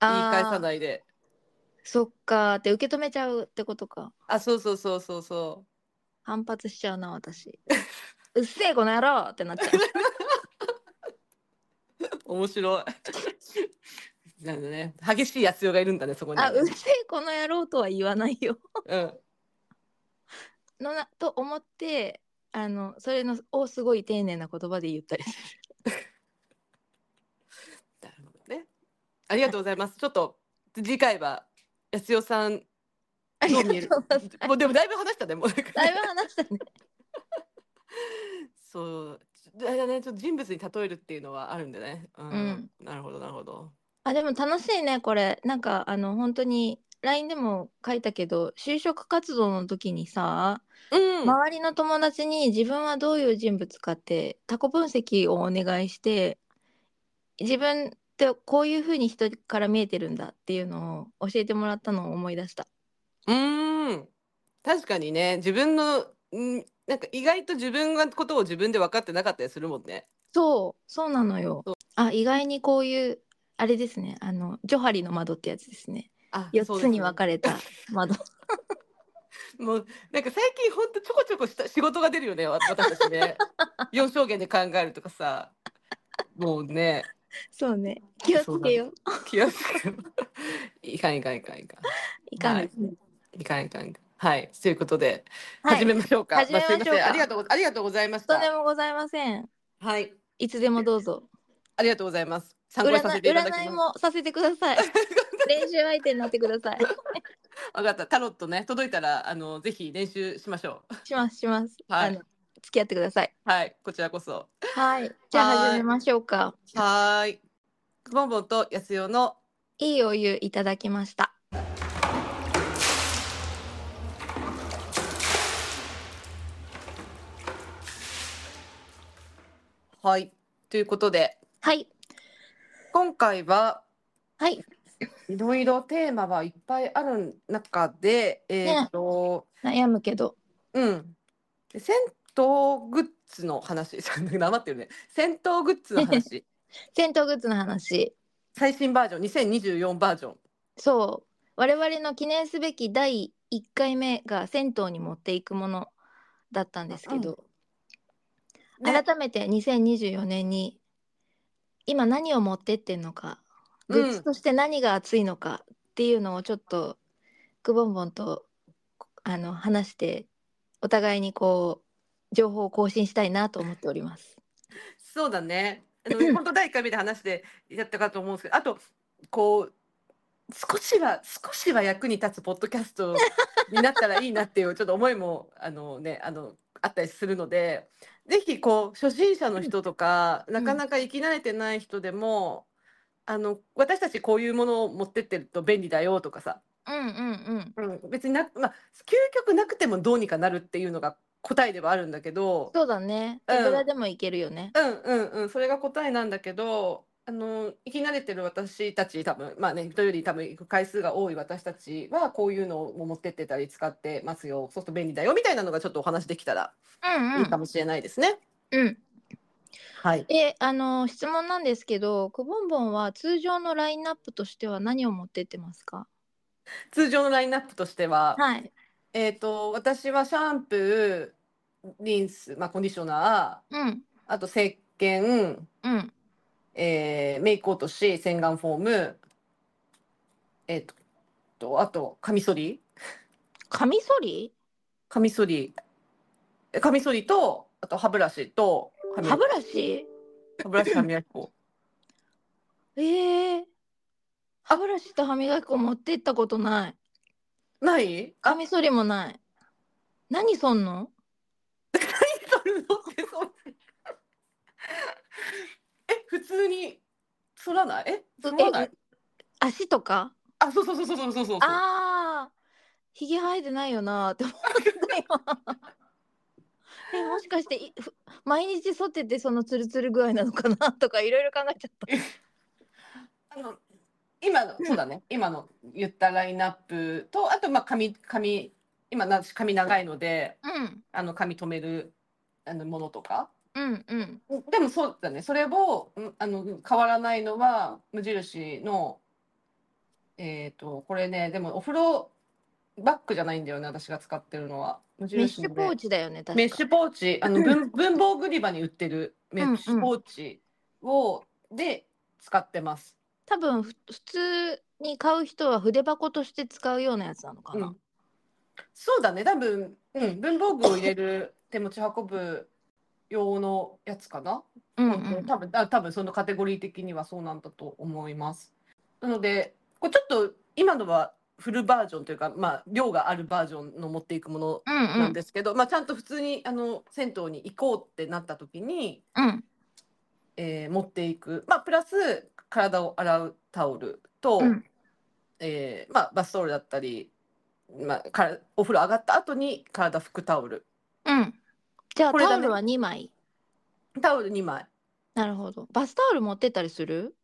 [SPEAKER 1] 言い返さ
[SPEAKER 2] い
[SPEAKER 1] ないで
[SPEAKER 2] そっかって受け止めちゃうってことか
[SPEAKER 1] あそうそうそうそうそ
[SPEAKER 2] 反発しちゃうな 私うっせえこの野郎ってなっちゃう
[SPEAKER 1] う面白い なるほどね激しい安代がいるんだねそこには
[SPEAKER 2] あ
[SPEAKER 1] ね
[SPEAKER 2] うっせえこの野郎とは言わないよ
[SPEAKER 1] うん
[SPEAKER 2] のなと思ってあのそれのをすごい丁寧な言葉で言ったりする
[SPEAKER 1] なるほどねありがとうございますちょっと次回は安代さん
[SPEAKER 2] ありが
[SPEAKER 1] どう
[SPEAKER 2] と
[SPEAKER 1] 見える
[SPEAKER 2] うございます
[SPEAKER 1] もうでもだいぶ話したねもうなんか ね
[SPEAKER 2] だいぶ話したね
[SPEAKER 1] そうあれだねちょっと人物に例えるっていうのはあるんでねうん、
[SPEAKER 2] うん
[SPEAKER 1] なるほどなるほど
[SPEAKER 2] あでも楽しいねこれなんかあの本当に LINE でも書いたけど就職活動の時にさ、
[SPEAKER 1] うん
[SPEAKER 2] 周りの友達に自分はどういう人物かって他己分析をお願いして自分ってこういうふうに人から見えてるんだっていうのを教えてもらったのを思い出した。
[SPEAKER 1] うーん確かにね自分のんなんか意外と自分のことを自分で分かってなかったりするもんね
[SPEAKER 2] そう、そうなのよ。あ、意外にこういう、あれですね、あの、ジョハリの窓ってやつですね。
[SPEAKER 1] あ
[SPEAKER 2] 四
[SPEAKER 1] そう
[SPEAKER 2] つに
[SPEAKER 1] です
[SPEAKER 2] 分かれた 窓。
[SPEAKER 1] もうなんか最近ほんとちょこちょこした仕事が出るよねわ私た ちね4証言で考えるとかさもうね
[SPEAKER 2] そうね。気をつけよう。
[SPEAKER 1] 気をつけろいかんいかんいかんいかん
[SPEAKER 2] いかんですね。
[SPEAKER 1] いかんいかんいかんはいということで
[SPEAKER 2] はい。
[SPEAKER 1] 始めましょうか。
[SPEAKER 2] 始めましょうか
[SPEAKER 1] あすいせんありがとうごありがとうございまし
[SPEAKER 2] とんで
[SPEAKER 1] た。
[SPEAKER 2] もございません。
[SPEAKER 1] はい。
[SPEAKER 2] いつでもどうぞ。
[SPEAKER 1] ありがとうございます。参考にさ
[SPEAKER 2] 占
[SPEAKER 1] せ
[SPEAKER 2] い
[SPEAKER 1] ていただき
[SPEAKER 2] 占い
[SPEAKER 1] ます。
[SPEAKER 2] もさせてくだ さい。練習相手になってください。
[SPEAKER 1] 分かった。タロットね届いたらあのぜひ練習しましょう。
[SPEAKER 2] しますします。
[SPEAKER 1] はい
[SPEAKER 2] あの付き合ってください。
[SPEAKER 1] はい。こちらこそ。
[SPEAKER 2] はい。じゃあ
[SPEAKER 1] はい
[SPEAKER 2] 始めましょうか。
[SPEAKER 1] はーい。くぼんぼんとやすよの
[SPEAKER 2] いいお湯いただきました。
[SPEAKER 1] はいということで
[SPEAKER 2] はい。
[SPEAKER 1] 今回は
[SPEAKER 2] はい。
[SPEAKER 1] いろいろテーマはいっぱいある中でえっ、と、
[SPEAKER 2] 悩むけど。
[SPEAKER 1] うんで銭湯グッズの話 なまってるね銭湯グッズの話
[SPEAKER 2] 戦闘グッズの話。
[SPEAKER 1] 最新バージョン2024バージョン
[SPEAKER 2] そう我々の記念すべき第1回目が銭湯に持っていくものだったんですけど、
[SPEAKER 1] ね
[SPEAKER 2] 改めて2024年に今何を持ってってんのか、
[SPEAKER 1] うん
[SPEAKER 2] グッズとして何が熱いのかっていうのをちょっとくぼんぼんとあの話してお互いにこう情報を更新したいなと思っております。
[SPEAKER 1] そうだね。あの本当第1回目で話してやったかと思うんですけど、あとこう少しは少しは役に立つポッドキャストになったらいいなっていう ちょっと思いもあのねあのあったりするので、ぜひこう初心者の人とか、
[SPEAKER 2] ん
[SPEAKER 1] なかなか生き慣れてない人でも、あの私たちこういうものを持ってってると便利だよとかさ、
[SPEAKER 2] うんうんうん、
[SPEAKER 1] うん、別になまあ究極なくてもどうにかなるっていうのが答えではあるんだけど、
[SPEAKER 2] そうだね。
[SPEAKER 1] うん
[SPEAKER 2] いくらでもいけるよね。
[SPEAKER 1] うんうんうんそれが答えなんだけどあの生き慣れてる私たち多分まあね人より多分行く回数が多い私たちはこういうのを持ってってたり使ってますよそうすると便利だよみたいなのがちょっとお話できたら
[SPEAKER 2] うんうん
[SPEAKER 1] いいかもしれないですね。
[SPEAKER 2] うん。
[SPEAKER 1] はい。
[SPEAKER 2] であの質問なんですけどくぼんぼんは通常のラインナップとしては何を持ってってますか
[SPEAKER 1] 通常のラインナップとしては、
[SPEAKER 2] はい
[SPEAKER 1] えっ、と、私はシャンプー、リンス、まあ、コンディショナ
[SPEAKER 2] うん
[SPEAKER 1] ー、あと石鹸、
[SPEAKER 2] うん
[SPEAKER 1] えーメイク落とし、洗顔フォーム、えっ、と、あと、カミソリ
[SPEAKER 2] カミソリ
[SPEAKER 1] カミソリ、えカミソリと、あと歯ブラシと、歯磨き
[SPEAKER 2] 歯ブラシ
[SPEAKER 1] 歯ブラシ歯磨き粉。
[SPEAKER 2] ええ歯ブラシと歯磨き粉持ってったことない
[SPEAKER 1] ない
[SPEAKER 2] カ
[SPEAKER 1] あ、
[SPEAKER 2] ミソリもない何そんの
[SPEAKER 1] それ乗ってそう。え、普通に、剃らないえ、剃らない
[SPEAKER 2] 足とか
[SPEAKER 1] あ、そうそうそうそうそうそうそう。
[SPEAKER 2] ああひげ生えてないよなーって思った 今えもしかしていふ毎日剃っててそのツルツル具合なのかなとかいろいろ考えちゃった
[SPEAKER 1] あの今の、そうだね、今の言ったラインナップと、あと、まあ、髪、髪、今、なし髪長いので、
[SPEAKER 2] うん
[SPEAKER 1] あの、髪留める、あの、ものとか。
[SPEAKER 2] うんうん
[SPEAKER 1] でも、そうだね、それを、うんあの、変わらないのは、無印の、えっと、これね、でも、お風呂バッグじゃないんだよね、私が使ってるのは。無
[SPEAKER 2] メッシ
[SPEAKER 1] 印の
[SPEAKER 2] ュ
[SPEAKER 1] ね
[SPEAKER 2] ポーチだよね確か
[SPEAKER 1] メッシュポーチ、あの文文房具売り場に売ってるメッシュポーチを、で使ってます。
[SPEAKER 2] 多分ふ普通に買う人は筆箱として使うようなやつなのか
[SPEAKER 1] う
[SPEAKER 2] な、
[SPEAKER 1] ん、そうだね、多分、うん、文房具を入れる手持ち運ぶ用のやつかな。
[SPEAKER 2] うん、うん
[SPEAKER 1] 多分あ多分そのカテゴリー的にはそうなんだと思います。なので、こうちょっと今のはフルバージョンというか、まあ量があるバージョンの持っていくもの
[SPEAKER 2] うんう
[SPEAKER 1] なん
[SPEAKER 2] ん
[SPEAKER 1] ですけど、まあちゃんと普通にあの銭湯に行こうってなった時に。
[SPEAKER 2] うん
[SPEAKER 1] えー持っていく、まあ、プラス体を洗うタオルと、
[SPEAKER 2] うん
[SPEAKER 1] えーまあ、バスタオルだったり、まあ、からお風呂上がった後に体拭くタオル
[SPEAKER 2] うんじゃあ、
[SPEAKER 1] これだ
[SPEAKER 2] タオ
[SPEAKER 1] ね
[SPEAKER 2] ルは2枚
[SPEAKER 1] タオル2枚
[SPEAKER 2] なるほどバスタオル持ってったりする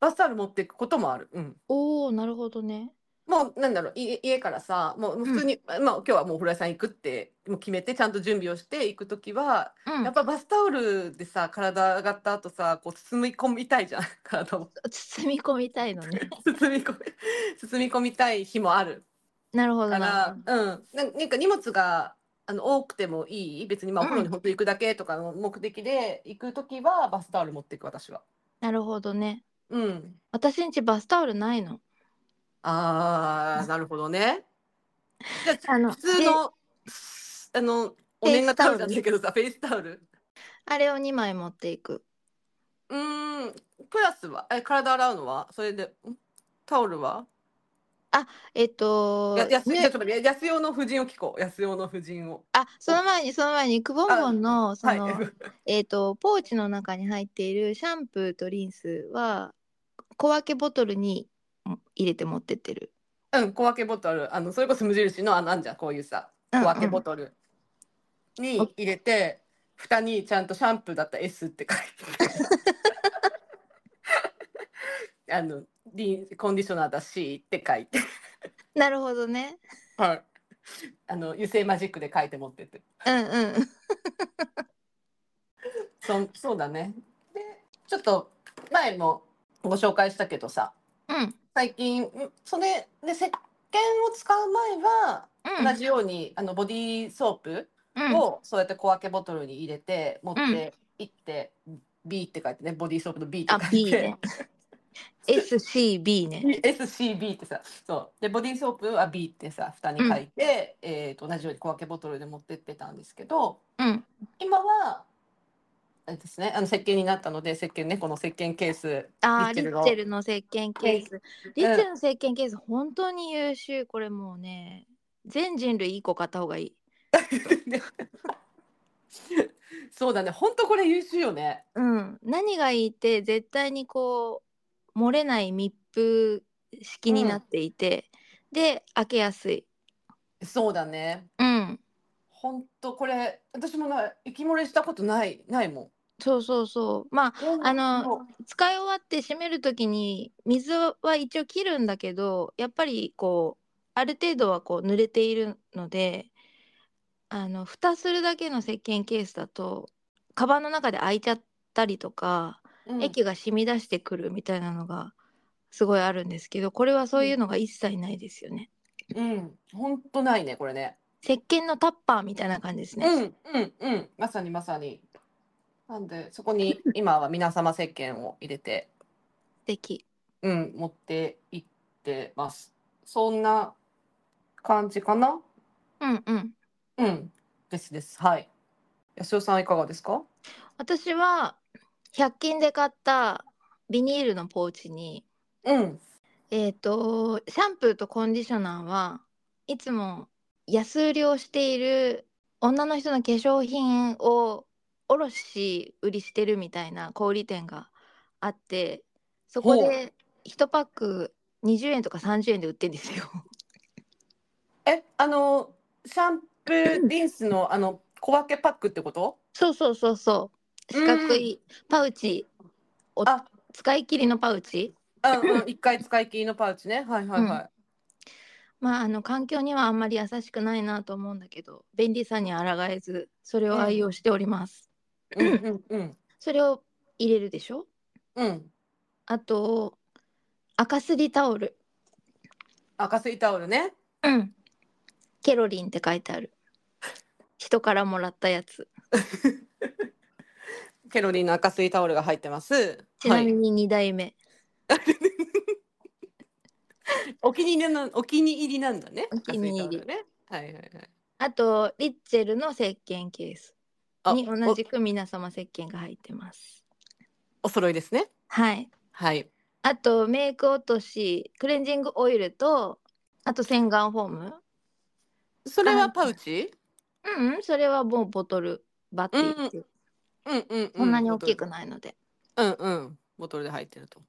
[SPEAKER 1] バスタオル持っていくこともある、うん、
[SPEAKER 2] おおなるほどね
[SPEAKER 1] もうなんだろう家家からさもうもう普通に、まあ、今日はもうお風呂屋さん行くってもう決めてちゃんと準備をして行く時は、
[SPEAKER 2] うん
[SPEAKER 1] やっぱバスタオルでさ体上がった後さこう包み込みたいじゃん 体を
[SPEAKER 2] 包み込みたいの ね
[SPEAKER 1] 包み込 み包み込みたい日もある
[SPEAKER 2] なるほど
[SPEAKER 1] か
[SPEAKER 2] なる
[SPEAKER 1] ら、うん、ななんか荷物があの多くてもいい別にまあお風呂に
[SPEAKER 2] うん
[SPEAKER 1] 本当に行くだけとかの目的で行く時はバスタオル持っていく私は。
[SPEAKER 2] なるほどね
[SPEAKER 1] うん、
[SPEAKER 2] 私んちバスタオルないの
[SPEAKER 1] あーなるほどね。じゃあ
[SPEAKER 2] あの
[SPEAKER 1] 普通のあのお年賀タオルじゃないけどさフェイスタオル。
[SPEAKER 2] あれを2枚持っていく
[SPEAKER 1] うーんプラスはえ体洗うのはそれでんタオルは
[SPEAKER 2] えっと
[SPEAKER 1] や安い
[SPEAKER 2] ね
[SPEAKER 1] ちょっと待って安用の婦人を聞こう安用の婦人を。
[SPEAKER 2] あその前にその前にくぼんぼんのそ
[SPEAKER 1] はい、
[SPEAKER 2] の、えっとポーチの中に入っているシャンプーとリンスは小分けボトルにも入れて持ってってる
[SPEAKER 1] うん、小分けボトル、あの、それこそ無印の、あの、あんじゃん、こういうさ、
[SPEAKER 2] うん
[SPEAKER 1] 小分けボトルに入れて、蓋にちゃんとシャンプーだったら S って書 いて。あの、リン、コンディショナーだしって書いて、
[SPEAKER 2] なるほどね
[SPEAKER 1] はい。あの、油性マジックで書いて持ってって。
[SPEAKER 2] うんうん
[SPEAKER 1] そ、そうだね。で、ちょっと前もご紹介したけどさ、
[SPEAKER 2] うん
[SPEAKER 1] 最近、んそれで石鹸を使う前は、同じように、あの、ボディーソープ、
[SPEAKER 2] うんうん
[SPEAKER 1] をそうやって小分けボトルに入れて持って行って、B って書いてねボディーソープの B って
[SPEAKER 2] あ
[SPEAKER 1] 書
[SPEAKER 2] B
[SPEAKER 1] いて
[SPEAKER 2] ね SCB ね
[SPEAKER 1] SCB ってさそうでボディーソープは B ってさ蓋に書いて、えー、と同じように小分けボトルで持ってってたんですけど
[SPEAKER 2] うん
[SPEAKER 1] 今はあれですねあの石鹸になったので石鹸ねこの石鹸ケース
[SPEAKER 2] あー
[SPEAKER 1] リ
[SPEAKER 2] リ
[SPEAKER 1] ッチェルの
[SPEAKER 2] ッチェルの石鹸ケース。リッチェルの石鹸ケース、本当に優秀。これもうね、全人類一個買った方がいい。
[SPEAKER 1] でそうだねほんとこれ優秀よね
[SPEAKER 2] うん。何がいいって、絶対にこう、漏れない密封式になっていて、で、開けやすい。
[SPEAKER 1] そうだね
[SPEAKER 2] うん。
[SPEAKER 1] ほんとこれ私もな息漏れしたことないないもん
[SPEAKER 2] そうそうそう。まあ、あの使い終わって閉めるときに、水は一応切るんだけど、やっぱりこう、ある程度はこう濡れているので、あの、蓋するだけの石鹸ケースだと、カバンの中で開いちゃっったりとか、
[SPEAKER 1] うん
[SPEAKER 2] 液が染み出してくるみたいなのがすごいあるんですけどこれはそういうのが一切ないですよね。
[SPEAKER 1] うん、ほんとないね、これね。
[SPEAKER 2] 石鹸のタッパーみたいな感じですね。
[SPEAKER 1] うん、うん、うん、まさにまさに。なんで、そこに今は皆様石鹸を入れて、
[SPEAKER 2] 素敵
[SPEAKER 1] うん、持って行ってます。そんな感じかな
[SPEAKER 2] うんうん。
[SPEAKER 1] うん、ですです。はい。安代さん、いかがですか
[SPEAKER 2] 私は100均で買ったビニールのポーチに、
[SPEAKER 1] うん、
[SPEAKER 2] えー、とシャンプーとコンディショナーはいつも安売りをしている女の人の化粧品を卸し売りしてるみたいな小売店があってそこ
[SPEAKER 1] ほ
[SPEAKER 2] で1パック20円とか30円で売ってるんですよ。
[SPEAKER 1] え、あの、シャンプーリンスの、あの、小分けパックってこと
[SPEAKER 2] そうそうそうそう四角いパウチを
[SPEAKER 1] あ
[SPEAKER 2] 使い切りのパウチ
[SPEAKER 1] うんうん、一回使い切りのパウチね。はいはいはい。
[SPEAKER 2] まあ、あの環境にはあんまり優しくないなと思うんだけど便利さに抗えずそれを愛用しております。
[SPEAKER 1] うんうんうん。
[SPEAKER 2] それを入れるでしょ
[SPEAKER 1] うん。
[SPEAKER 2] あと赤すりタオル、
[SPEAKER 1] 赤水タオルね。
[SPEAKER 2] うん、ケロリンって書いてある人からもらったやつ
[SPEAKER 1] ケロリンの赤水タオルが入ってます。
[SPEAKER 2] ちな
[SPEAKER 1] は
[SPEAKER 2] み
[SPEAKER 1] い。
[SPEAKER 2] に2代目、
[SPEAKER 1] お気に入りなお気に入りなんだね。
[SPEAKER 2] お気に入り
[SPEAKER 1] 赤水タオルね。はいはいはい。
[SPEAKER 2] あとリッチェルの石鹸ケース
[SPEAKER 1] あ
[SPEAKER 2] に同じく皆様石鹸が入ってます
[SPEAKER 1] おお揃いですね。
[SPEAKER 2] はい
[SPEAKER 1] はい。
[SPEAKER 2] あとメイク落としクレンジングオイルとあと洗顔フォーム
[SPEAKER 1] それはパウチ？
[SPEAKER 2] うんうんそれはもうボトルバッテリーっていう
[SPEAKER 1] うんうん、うん。
[SPEAKER 2] そんなに大きく
[SPEAKER 1] い。
[SPEAKER 2] ないので、
[SPEAKER 1] うんうん。ボトルで入ってると。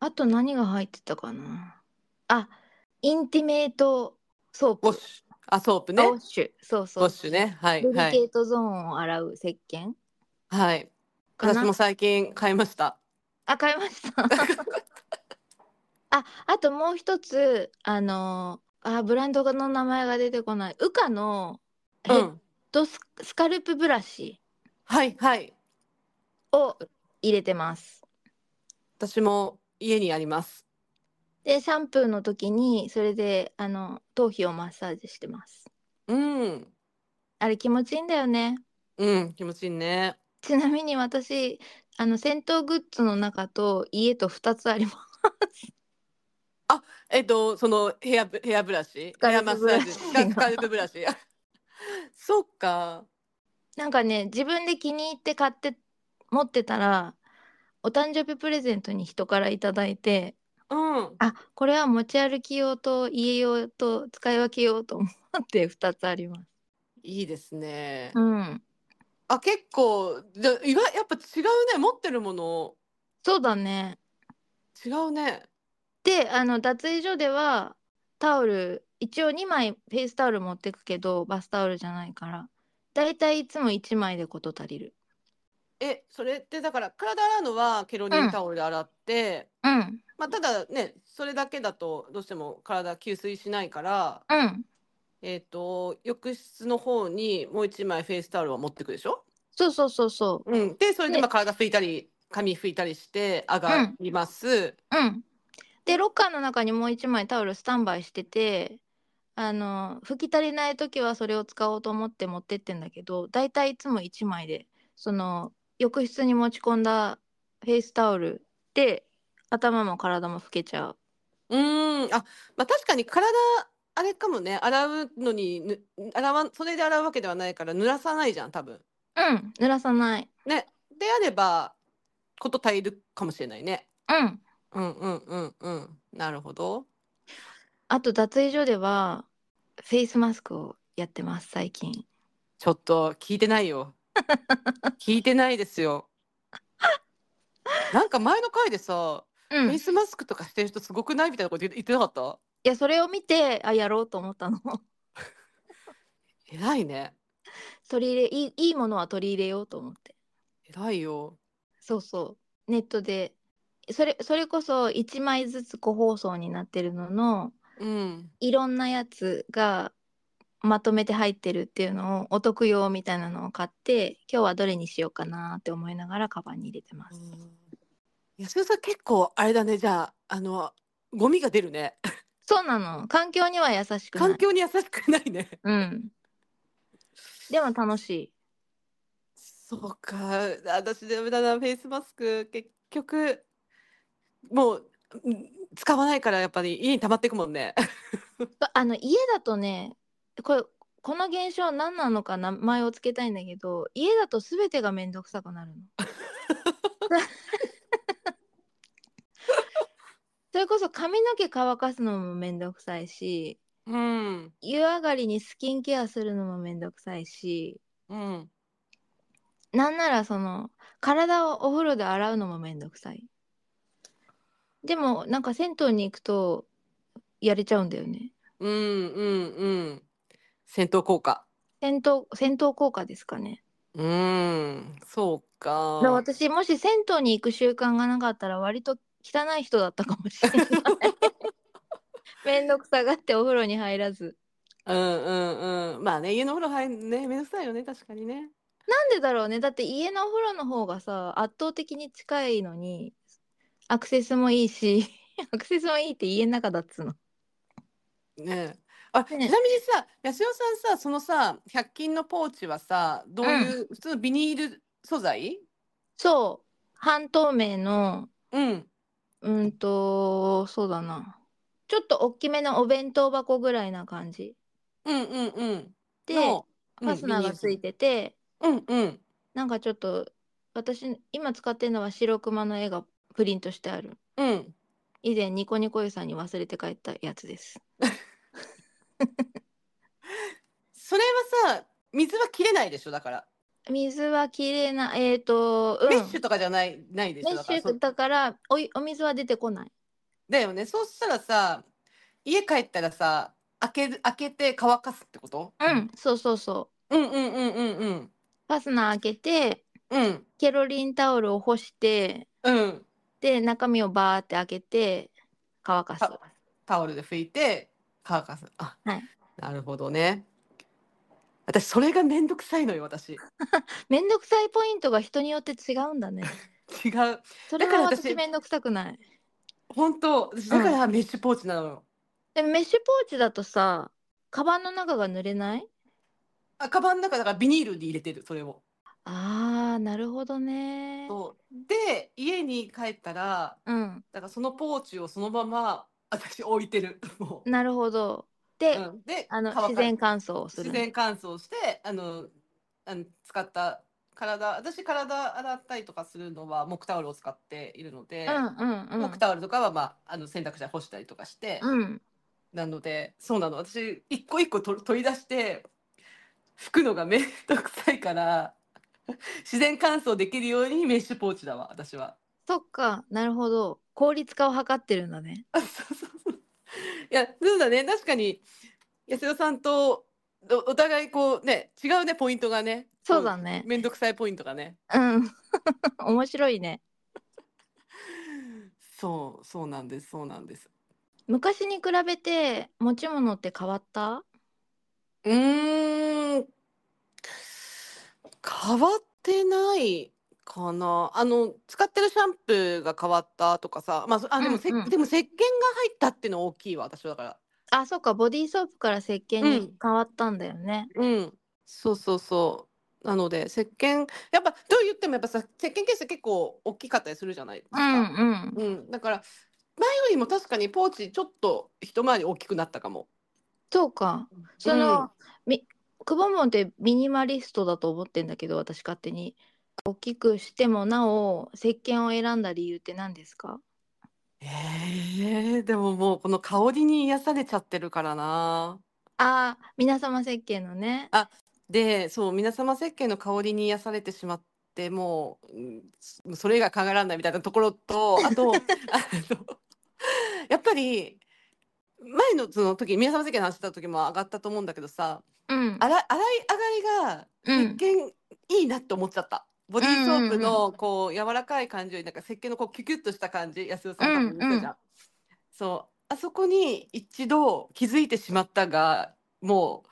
[SPEAKER 2] あと何が入ってたかなあインティメートソープ
[SPEAKER 1] ウォッシュ。あソープね。
[SPEAKER 2] あウォ
[SPEAKER 1] ウ
[SPEAKER 2] ッシュそうそう
[SPEAKER 1] ォッシュね。はい
[SPEAKER 2] ルブ
[SPEAKER 1] は
[SPEAKER 2] リケ
[SPEAKER 1] い
[SPEAKER 2] ートゾーンを洗う石鹸
[SPEAKER 1] はい。
[SPEAKER 2] かな
[SPEAKER 1] 私も最近買いました。
[SPEAKER 2] あ買いま したああともう一つあのーあブランドの名前が出てこないウカのヘ
[SPEAKER 1] う
[SPEAKER 2] ッ
[SPEAKER 1] ん。
[SPEAKER 2] ドス,、スカルプブラシ
[SPEAKER 1] はいはい。
[SPEAKER 2] を入れてます
[SPEAKER 1] 私も家にあります。
[SPEAKER 2] でシャンプーの時にそれであの頭皮をマッサージしてます
[SPEAKER 1] うん。
[SPEAKER 2] あれ気持ちいいんだよね
[SPEAKER 1] うん。気持ちいいね。
[SPEAKER 2] ちなみに私あの戦闘グッズの中と家と2つあります
[SPEAKER 1] えっと、そのヘアブヘアブラシ、
[SPEAKER 2] カ
[SPEAKER 1] ヘ
[SPEAKER 2] ル
[SPEAKER 1] ア
[SPEAKER 2] プ
[SPEAKER 1] マッサ
[SPEAKER 2] ブラシ
[SPEAKER 1] ージ、
[SPEAKER 2] が
[SPEAKER 1] スカルプブラシ。そっか。
[SPEAKER 2] なんかね自分で気に入って買って持ってたらお誕生日プレゼントに人からいただいて
[SPEAKER 1] うん。
[SPEAKER 2] あこれは持ち歩き用と家用と使い分けようと思って2つあります。
[SPEAKER 1] いいですね。
[SPEAKER 2] うん、
[SPEAKER 1] あ、結構、じゃ、意外、やっぱ違うね、持ってるもの。
[SPEAKER 2] そうだね。
[SPEAKER 1] 違うね。
[SPEAKER 2] であの脱衣所ではタオル一応2枚フェイスタオル持ってくけどバスタオルじゃないからだいたいいつも1枚で事足りる。
[SPEAKER 1] え、それって、だから、体洗うのはケロリ
[SPEAKER 2] うん
[SPEAKER 1] ンタオルで洗って。
[SPEAKER 2] うん
[SPEAKER 1] まあ、ただね、それだけだと、どうしても体吸水しないから。
[SPEAKER 2] うん
[SPEAKER 1] えっと、浴室の方に、もう一枚フェイスタオルを持ってくでしょ
[SPEAKER 2] そうそうそうそ
[SPEAKER 1] うん、でそれで
[SPEAKER 2] で
[SPEAKER 1] まあ体拭いたり髪拭いたりして上がります。
[SPEAKER 2] う。うん、でロッカーの中にもう1枚タオルスタンバイしててあの拭き足りない時はそれを使おうと思って持ってってんだけどだいたいいつも1枚でその浴室に持ち込んだフェイスタオルで頭も体も拭けちゃう。
[SPEAKER 1] うーんあまあ、確かに体あれかもね洗うのにぬ洗わんそれで洗うわけではないから濡らさないじゃん多分。
[SPEAKER 2] うん濡らさない。
[SPEAKER 1] ねであればこと足りるかもしれないね。
[SPEAKER 2] うん
[SPEAKER 1] うんうんうんうんなるほど。
[SPEAKER 2] あと脱衣所ではフェイスマスクをやってます最近
[SPEAKER 1] ちょっと聞いてない よ。聞いてないですよ。なんか前の回でさ、
[SPEAKER 2] う
[SPEAKER 1] フェ
[SPEAKER 2] ん
[SPEAKER 1] イ
[SPEAKER 2] い
[SPEAKER 1] スマスクとかしてる人すごくないみたいなこと言って言ってなかった
[SPEAKER 2] やそれを見てあやろうと思ったの
[SPEAKER 1] 偉いね。
[SPEAKER 2] 取り入れいいいいものは取り入れようと思って
[SPEAKER 1] 偉いよ。
[SPEAKER 2] そうそうネットでそれそれこそ1枚ずつ個包装になってるのの
[SPEAKER 1] うん。
[SPEAKER 2] いろんなやつがまとめて入ってるっていうのをお得用みたいなのを買って今日はどれにしようかなって思いながらカバンに入れてます。
[SPEAKER 1] 安代さん結構あれだねじゃああのゴミが出るね
[SPEAKER 2] そうなの環境には優しくない。
[SPEAKER 1] 環境に優しくないね
[SPEAKER 2] うん。でも楽しい。
[SPEAKER 1] そうか私ダメだなフェイスマスク結局もううん使わないからやっぱり家に溜まっていくもんね
[SPEAKER 2] あの家だとねこれこの現象何なのか名前をつけたいんだけど家だと全てが面倒くさくなるの。それこそ髪の毛乾かすのも面倒くさいし
[SPEAKER 1] うん
[SPEAKER 2] 湯上がりにスキンケアするのも面倒くさいし
[SPEAKER 1] うん
[SPEAKER 2] なんならその体をお風呂で洗うのも面倒くさい。でもなんか銭湯に行くとやれちゃうんだよね。
[SPEAKER 1] うんうんうん戦闘効果
[SPEAKER 2] 戦闘戦闘効果ですかね。
[SPEAKER 1] うんそうか
[SPEAKER 2] だから私もし銭湯に行く習慣がなかったら割と汚い人だったかもしれない めんどくさがってお風呂に入らず
[SPEAKER 1] うんうんうんまあね家のお風呂入るねめんどくさいよね確かにね
[SPEAKER 2] なんでだろうねだって家のお風呂の方がさ圧倒的に近いのにアクセスもいいし アクセスもいいって家の中だっつうの
[SPEAKER 1] ねえあ、ちなみ
[SPEAKER 2] ね
[SPEAKER 1] にさ、安代さんさ、そのさ、100均のポーチはさ、どういう、普通のビニール素材
[SPEAKER 2] そう半透明の
[SPEAKER 1] うん。
[SPEAKER 2] うんとそうだなちょっと大きめのお弁当箱ぐらいな感じ
[SPEAKER 1] うんうんうん。
[SPEAKER 2] で
[SPEAKER 1] の
[SPEAKER 2] ファスナーがつい。てて、
[SPEAKER 1] うんビニールうん
[SPEAKER 2] なんかちょっと私今使ってるのは白熊の絵がプリントしてある
[SPEAKER 1] うん。うん。
[SPEAKER 2] 以前ニコニコ湯さんに忘れて帰ったやつです
[SPEAKER 1] それはさ、水は切れないでしょ、だから。
[SPEAKER 2] 水はきれいなえっ、とうん
[SPEAKER 1] メッシュとかじゃない、ないでし
[SPEAKER 2] メ
[SPEAKER 1] ょ、
[SPEAKER 2] ッ
[SPEAKER 1] だ
[SPEAKER 2] シ
[SPEAKER 1] から。
[SPEAKER 2] ュだからおいお水は出てこない
[SPEAKER 1] だよね。そうしたらさ、家帰ったらさ、開ける、開けて乾かすってこと
[SPEAKER 2] うんそうそうそ
[SPEAKER 1] うんうんうんうんうん。
[SPEAKER 2] うファスナー開けて
[SPEAKER 1] うん。
[SPEAKER 2] ケロリンタオルを干して
[SPEAKER 1] うん。
[SPEAKER 2] で中身をバーって開けて乾かす
[SPEAKER 1] あタオルで拭いて乾かす。あ、
[SPEAKER 2] はい
[SPEAKER 1] なるほどね。私それがめんどくさいのよ私。違
[SPEAKER 2] めんどくさいポイントが人によって違うん だね
[SPEAKER 1] う。
[SPEAKER 2] それ
[SPEAKER 1] だ
[SPEAKER 2] は
[SPEAKER 1] から私
[SPEAKER 2] 私めんどくさくない
[SPEAKER 1] 本当私だからメッシュポーチなのよ。
[SPEAKER 2] でもメッシュポーチだとさカバンの中が濡れない
[SPEAKER 1] あカバンの中だからビニールに入れてるそれを。
[SPEAKER 2] ああ、なるほどね。
[SPEAKER 1] そうで家に帰ったら
[SPEAKER 2] うん、
[SPEAKER 1] だからそのポーチをそのまま私置いてるもう。
[SPEAKER 2] なるほど。で、
[SPEAKER 1] うん、で
[SPEAKER 2] あの
[SPEAKER 1] 乾か
[SPEAKER 2] 自然乾燥をする
[SPEAKER 1] 自
[SPEAKER 2] の。
[SPEAKER 1] 然乾燥してあのあの使った体私体洗ったりとかするのは木タオルを使っているので。
[SPEAKER 2] うんうん
[SPEAKER 1] 木タオルとかは、まあ、あの洗濯車干したりとかして、
[SPEAKER 2] うん。うん。
[SPEAKER 1] なのでそうなの私一個一個と取り出して拭くのがめんどくさいから自然乾燥できるようにメッシュポーチだわ私は。
[SPEAKER 2] そっか、なるほど。効率化を図ってるんだね。
[SPEAKER 1] あそうそうそういやそうだね確かに安代さんとおお互いこうね違うねポイントがね
[SPEAKER 2] そうだね。
[SPEAKER 1] めんどくさいポイントがね
[SPEAKER 2] うん。 面白いね。
[SPEAKER 1] そうそうなんですそうなんです
[SPEAKER 2] 昔に比べて持ち物って変わった
[SPEAKER 1] うーん、変わってないかな。あの、使ってるシャンプーが変わったとかさ、まあ、そあ、でもせ、
[SPEAKER 2] うんうん
[SPEAKER 1] でも石鹸が入ったっての大きいわ、私はだから。
[SPEAKER 2] あ、そっか、ボディーソープから石鹸
[SPEAKER 1] う
[SPEAKER 2] に
[SPEAKER 1] ん
[SPEAKER 2] 変わったんだよね。
[SPEAKER 1] うん。そうそうそう。なので、石鹸、やっぱ、どう言ってもやっぱさ、石鹸ケース結構大きかったりするじゃないです
[SPEAKER 2] う
[SPEAKER 1] か。
[SPEAKER 2] んうん。
[SPEAKER 1] うん。だから、前よりも確かにポーチちょっと一回り大きくなったかも。
[SPEAKER 2] そうか。その、みくぼもんってミニマリストだと思ってんだけど私勝手に大きくしてもなお石鹸を選んだ理由って何ですか
[SPEAKER 1] ええでももうこの香りに癒されちゃってるからな。
[SPEAKER 2] ああ皆様石鹸のね
[SPEAKER 1] あで、そう、皆様石鹸の香りに癒されてしまって、もう、うんそれ以外考えられないみたいなところと、あと、あの、 やっぱり、前のその時、皆様石鹸の話した時も上がったと思うんだけどさ、
[SPEAKER 2] うん
[SPEAKER 1] 洗い、洗い上が
[SPEAKER 2] う
[SPEAKER 1] り
[SPEAKER 2] ん
[SPEAKER 1] が石鹸いいなって思っちゃった。ボディーソープのこう柔らかい感じよりなんか石鹸のこうキュキュッとした感じ、安代さん多分言ってたじゃん。そう、あそこに一度気づいてしまったが、もう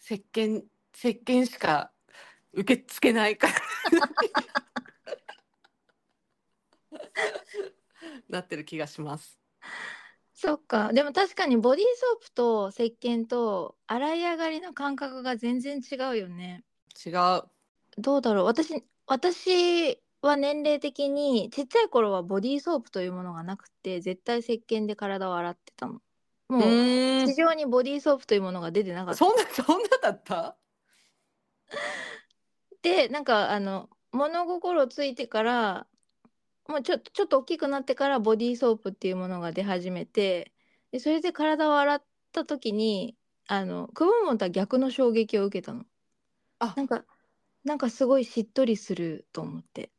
[SPEAKER 1] 石鹸石鹸しか受け付けない からなってる気がします。
[SPEAKER 2] そっかでも確かにボディーソープと石鹸と洗い上がりの感覚が全然違うよね
[SPEAKER 1] 違う。
[SPEAKER 2] どうだろう私私は年齢的にちっちゃい頃はボディーソープというものがなくて絶対石鹸で体を洗ってたのも
[SPEAKER 1] う
[SPEAKER 2] う
[SPEAKER 1] ーん
[SPEAKER 2] 地上にボディーソープというものが出てなかった
[SPEAKER 1] そんなそんなだった？
[SPEAKER 2] でなんかあの物心ついてからもうちょっとちょっと大きくなってからボディーソープっていうものが出始めてでそれで体を洗った時にあのクボモンとは逆の衝撃を受けたの
[SPEAKER 1] あ
[SPEAKER 2] なんかなんかすごいしっとりすると思って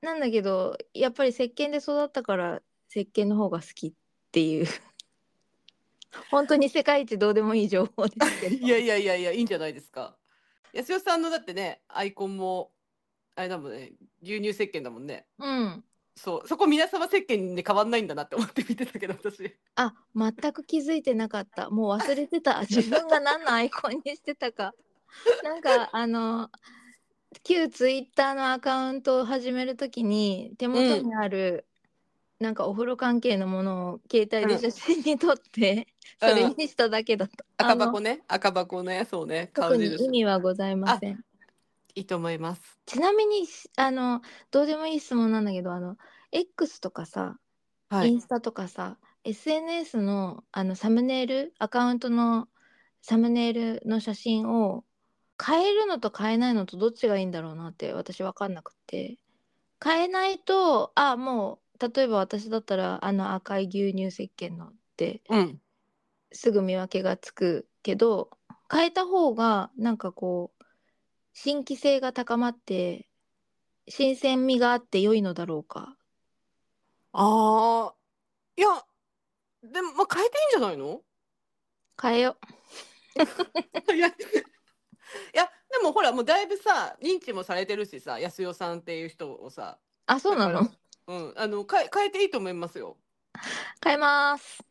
[SPEAKER 2] なんだけどやっぱり石鹸で育ったから石鹸の方が好きって いう本当に世界一どうでもいい情報ですけど
[SPEAKER 1] いやいやいやいやいいんじゃないですか。安代さんのだってねアイコンもあれだもんね牛乳石鹸だもんね。
[SPEAKER 2] うん
[SPEAKER 1] そうそこ皆様石鹸で変わんないんだなって思って見てたけど私。
[SPEAKER 2] あ、全く気づいてなかった。もう忘れて た。自分が何のアイコンにしてたか。なんか、あの、旧ツイッターのアカウントを始めるときに、手元にある、なんかお風呂関係のものを携帯で写真に撮って、
[SPEAKER 1] うん
[SPEAKER 2] それにしただけだった。
[SPEAKER 1] 赤
[SPEAKER 2] あ
[SPEAKER 1] 箱
[SPEAKER 2] の、
[SPEAKER 1] ね赤箱ねそうね
[SPEAKER 2] 特
[SPEAKER 1] 顔
[SPEAKER 2] に
[SPEAKER 1] 印
[SPEAKER 2] 意味はございません。
[SPEAKER 1] いいと思います。
[SPEAKER 2] ちなみに、しあの、どうでもいい質問なんだけど、あの、X とかさ、
[SPEAKER 1] は
[SPEAKER 2] イン
[SPEAKER 1] い。
[SPEAKER 2] スタとかさ SNS のあのサムネイルアカウントのサムネイルの写真を変えるのと変えないのとどっちがいいんだろうなって私分かんなくて変えないとあもう例えば私だったらあの赤い牛乳石鹸のって
[SPEAKER 1] うん。
[SPEAKER 2] すぐ見分けがつくけど変えた方がなんかこう新規性が高まって新鮮味があって良いのだろうか
[SPEAKER 1] ああいやでもまあ変えていいんじゃないの？
[SPEAKER 2] 変えよ
[SPEAKER 1] いや、いやでもほらもうだいぶさ認知もされてるしさ安代さんっていう人をさ
[SPEAKER 2] あそうなの
[SPEAKER 1] だからうんあの変え変えていいと思いますよ
[SPEAKER 2] 変えます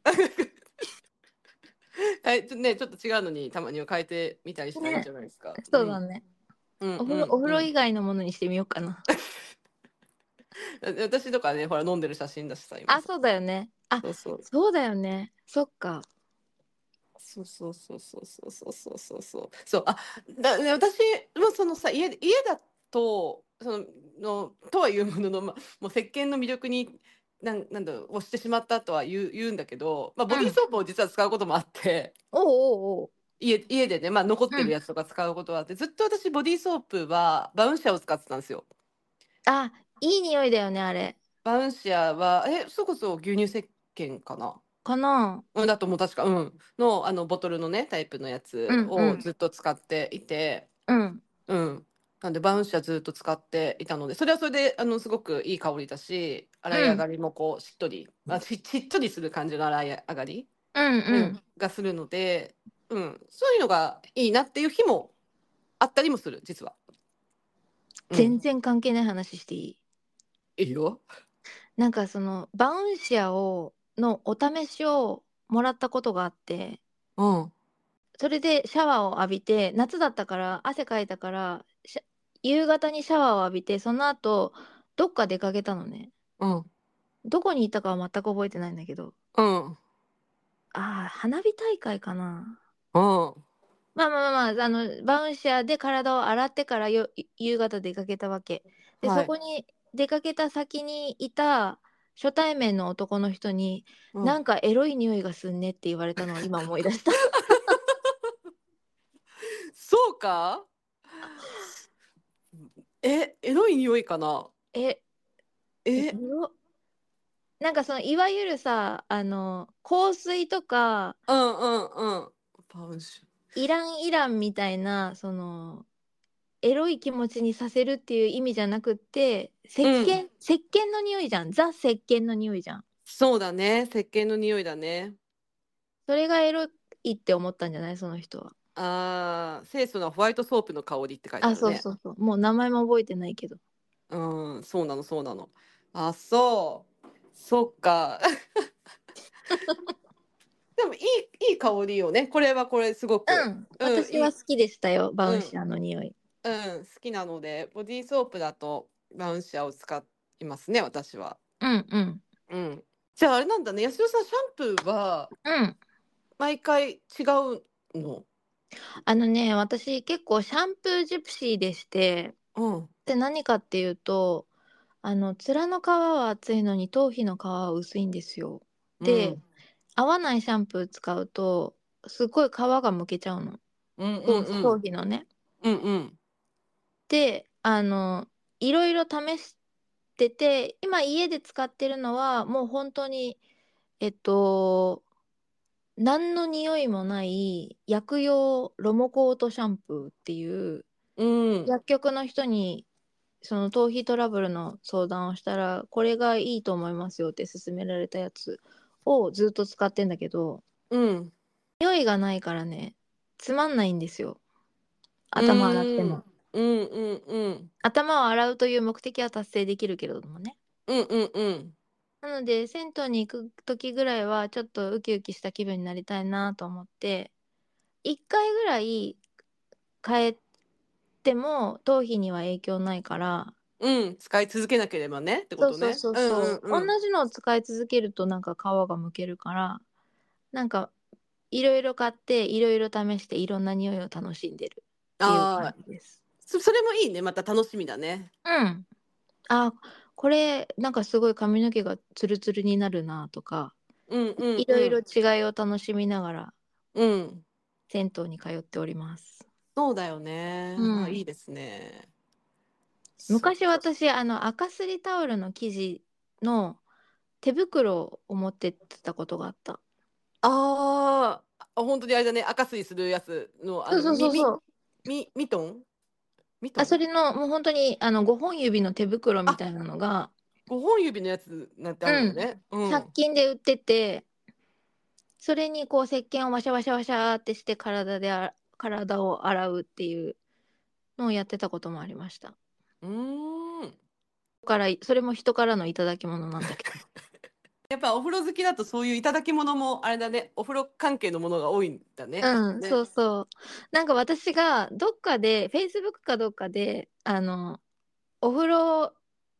[SPEAKER 1] 変えちょねちょっと違うのにたまには変えてみたりしたらいいんじゃないですか、
[SPEAKER 2] そうだね。
[SPEAKER 1] うん、うん
[SPEAKER 2] お風呂、お風呂以外のものにしてみようかな。
[SPEAKER 1] うん私とかねほら飲んでる写真だしさ 今
[SPEAKER 2] あ、そうだよね。あ、
[SPEAKER 1] そうそう
[SPEAKER 2] そうだよね。そっか。
[SPEAKER 1] そうそうそうそうそうそうそうそうそうそうあだね私もそのさ家家だとそののとはいうものの、まあ、もう石鹸の魅力になんなんだろう押してしまったとは言う言うんだけど、まあ、ボディーソープを実は使うこともあって、
[SPEAKER 2] おうおうおう。
[SPEAKER 1] 家家でね、まあ、残ってるやつとか使うことはあって、ずっと私ボディーソープはバウンシアを使ってたんですよ。
[SPEAKER 2] あ、いい匂いだよね、あれ。
[SPEAKER 1] バウンシアはえそれこそ牛乳石鹸かな
[SPEAKER 2] かな。
[SPEAKER 1] うん、だともう確か、うん、のあのボトルのねタイプのやつ
[SPEAKER 2] うんう
[SPEAKER 1] を
[SPEAKER 2] ん
[SPEAKER 1] ずっと使っていて、
[SPEAKER 2] うん。
[SPEAKER 1] うん。なんでバウンシアずっと使っていたので、それはそれで、あの、すごくいい香りだし、洗い上がりもこう、しっとり、まあ、し、しっとりする感じの洗い上がり、
[SPEAKER 2] うん
[SPEAKER 1] う
[SPEAKER 2] うん。
[SPEAKER 1] がするので、うん、そういうのがいいなっていう日もあったりもする、実は。うん
[SPEAKER 2] 全然関係ない話していい。
[SPEAKER 1] いいよ。
[SPEAKER 2] なんかその、バウンシアを、のお試しをもらったことがあって、
[SPEAKER 1] うん。
[SPEAKER 2] それでシャワーを浴びて夏だったから汗かいたからシャ夕方にシャワーを浴びてその後どっか出かけたのね
[SPEAKER 1] うん。
[SPEAKER 2] どこにいたかは全く覚えてないんだけど
[SPEAKER 1] うん。
[SPEAKER 2] ああ花火大会かな
[SPEAKER 1] うん。
[SPEAKER 2] まあまあまあまああのバウンシアで体を洗ってからよ夕方出かけたわけで、
[SPEAKER 1] はい
[SPEAKER 2] そこに出かけた先にいた初対面の男の人に、
[SPEAKER 1] うん
[SPEAKER 2] なんかエロい匂いがすんねって言われたのを今思い出した
[SPEAKER 1] そうか え、エロい匂いかな
[SPEAKER 2] え
[SPEAKER 1] え、
[SPEAKER 2] よなんかそのいわゆるさあの香水とか
[SPEAKER 1] うんうんうん。バウンシア。
[SPEAKER 2] イランイランみたいなそのエロい気持ちにさせるっていう意味じゃなくって石鹸、石鹸の匂いじゃんザ石鹸の匂いじゃん
[SPEAKER 1] そうだね。石鹸の匂いだね。
[SPEAKER 2] それがエロいって思ったんじゃないその人は、
[SPEAKER 1] ああ、清楚なホワイトソープの香りって書いて
[SPEAKER 2] あ
[SPEAKER 1] あるね。
[SPEAKER 2] そうそうそうもう名前も覚えてないけど
[SPEAKER 1] うん、そうなの、そうなの。あ、そう。そっか。 でもいいいい香りよねこれはこれすごく、
[SPEAKER 2] うん、私は好きでしたよ、バウンシアの匂い。
[SPEAKER 1] うん好きなのでボディーソープだとバウンシアを使いますね私は。
[SPEAKER 2] うんうん
[SPEAKER 1] うん、じゃああれなんだね八代さんシャンプーは
[SPEAKER 2] うん。
[SPEAKER 1] 毎回違うの
[SPEAKER 2] あのね、私結構シャンプージプシーでして、
[SPEAKER 1] うん
[SPEAKER 2] で何かっていうと、あの面の皮は厚いのに頭皮の皮は薄いんですよ。で合わないシャンプー使うと、すごい皮がむけちゃうの。
[SPEAKER 1] うんう
[SPEAKER 2] 頭
[SPEAKER 1] んう
[SPEAKER 2] 皮
[SPEAKER 1] ん
[SPEAKER 2] 頭皮のね。
[SPEAKER 1] うんうん
[SPEAKER 2] で、あのいろいろ試してて、今家で使ってるのはもう本当にえっと。何の匂いもない薬用ロモコートシャンプーっていう
[SPEAKER 1] うん
[SPEAKER 2] 薬局の人にその頭皮トラブルの相談をしたらこれがいいと思いますよって勧められたやつをずっと使ってんだけど
[SPEAKER 1] うん
[SPEAKER 2] 匂いがないからねつまんないんですよ頭洗っても
[SPEAKER 1] うんうんうん
[SPEAKER 2] 頭を洗うという目的は達成できるけれどもね
[SPEAKER 1] うんうんうん
[SPEAKER 2] なので銭湯に行く時ぐらいはちょっとウキウキした気分になりたいなと思って1回ぐらい変えても頭皮には影響ないから
[SPEAKER 1] うん使い続けなければねってこ
[SPEAKER 2] そう
[SPEAKER 1] とね
[SPEAKER 2] そうそうそう、
[SPEAKER 1] うんうんうん
[SPEAKER 2] 同じのを使い続けるとなんか皮がむけるからなんかいろいろ買っていろいろ試していろんな匂いを楽しんでるっていう
[SPEAKER 1] あ
[SPEAKER 2] 感
[SPEAKER 1] ー
[SPEAKER 2] じです。
[SPEAKER 1] そそれもいいねまた楽しみだね
[SPEAKER 2] うん、あこれなんかすごい髪の毛がツルツルになるなとか
[SPEAKER 1] うんうんうん
[SPEAKER 2] いろいろ違いを楽しみながら
[SPEAKER 1] うん
[SPEAKER 2] 銭湯に通っております。
[SPEAKER 1] そうだよね、
[SPEAKER 2] うん
[SPEAKER 1] あいいですね
[SPEAKER 2] 昔私あの赤すりタオルの生地の手袋を持ってってたことがあった。
[SPEAKER 1] あーあ本当にあれだね赤水するやつのあ
[SPEAKER 2] そう
[SPEAKER 1] の
[SPEAKER 2] そうそうそう。
[SPEAKER 1] みみミトンミトン
[SPEAKER 2] あ、それの、もう本当に、あの、5本指の手袋みたいなのが、
[SPEAKER 1] 五本指のやつなんてあるよね。うん。うん
[SPEAKER 2] 100均で売ってて、それにこう、石鹸をワシャワシャワシャーってして、体であ、体を洗うっていうのをやってたこともありました。だ
[SPEAKER 1] ーん。
[SPEAKER 2] から、それも人からの頂き物なんだけど。
[SPEAKER 1] やっぱお風呂好きだとそういういただき物もあれだね。お風呂関係のものが多いんだ ね。
[SPEAKER 2] うん、
[SPEAKER 1] ね
[SPEAKER 2] そうそう。なんか私がどっかで、Facebook かどっかで、あの、お風呂、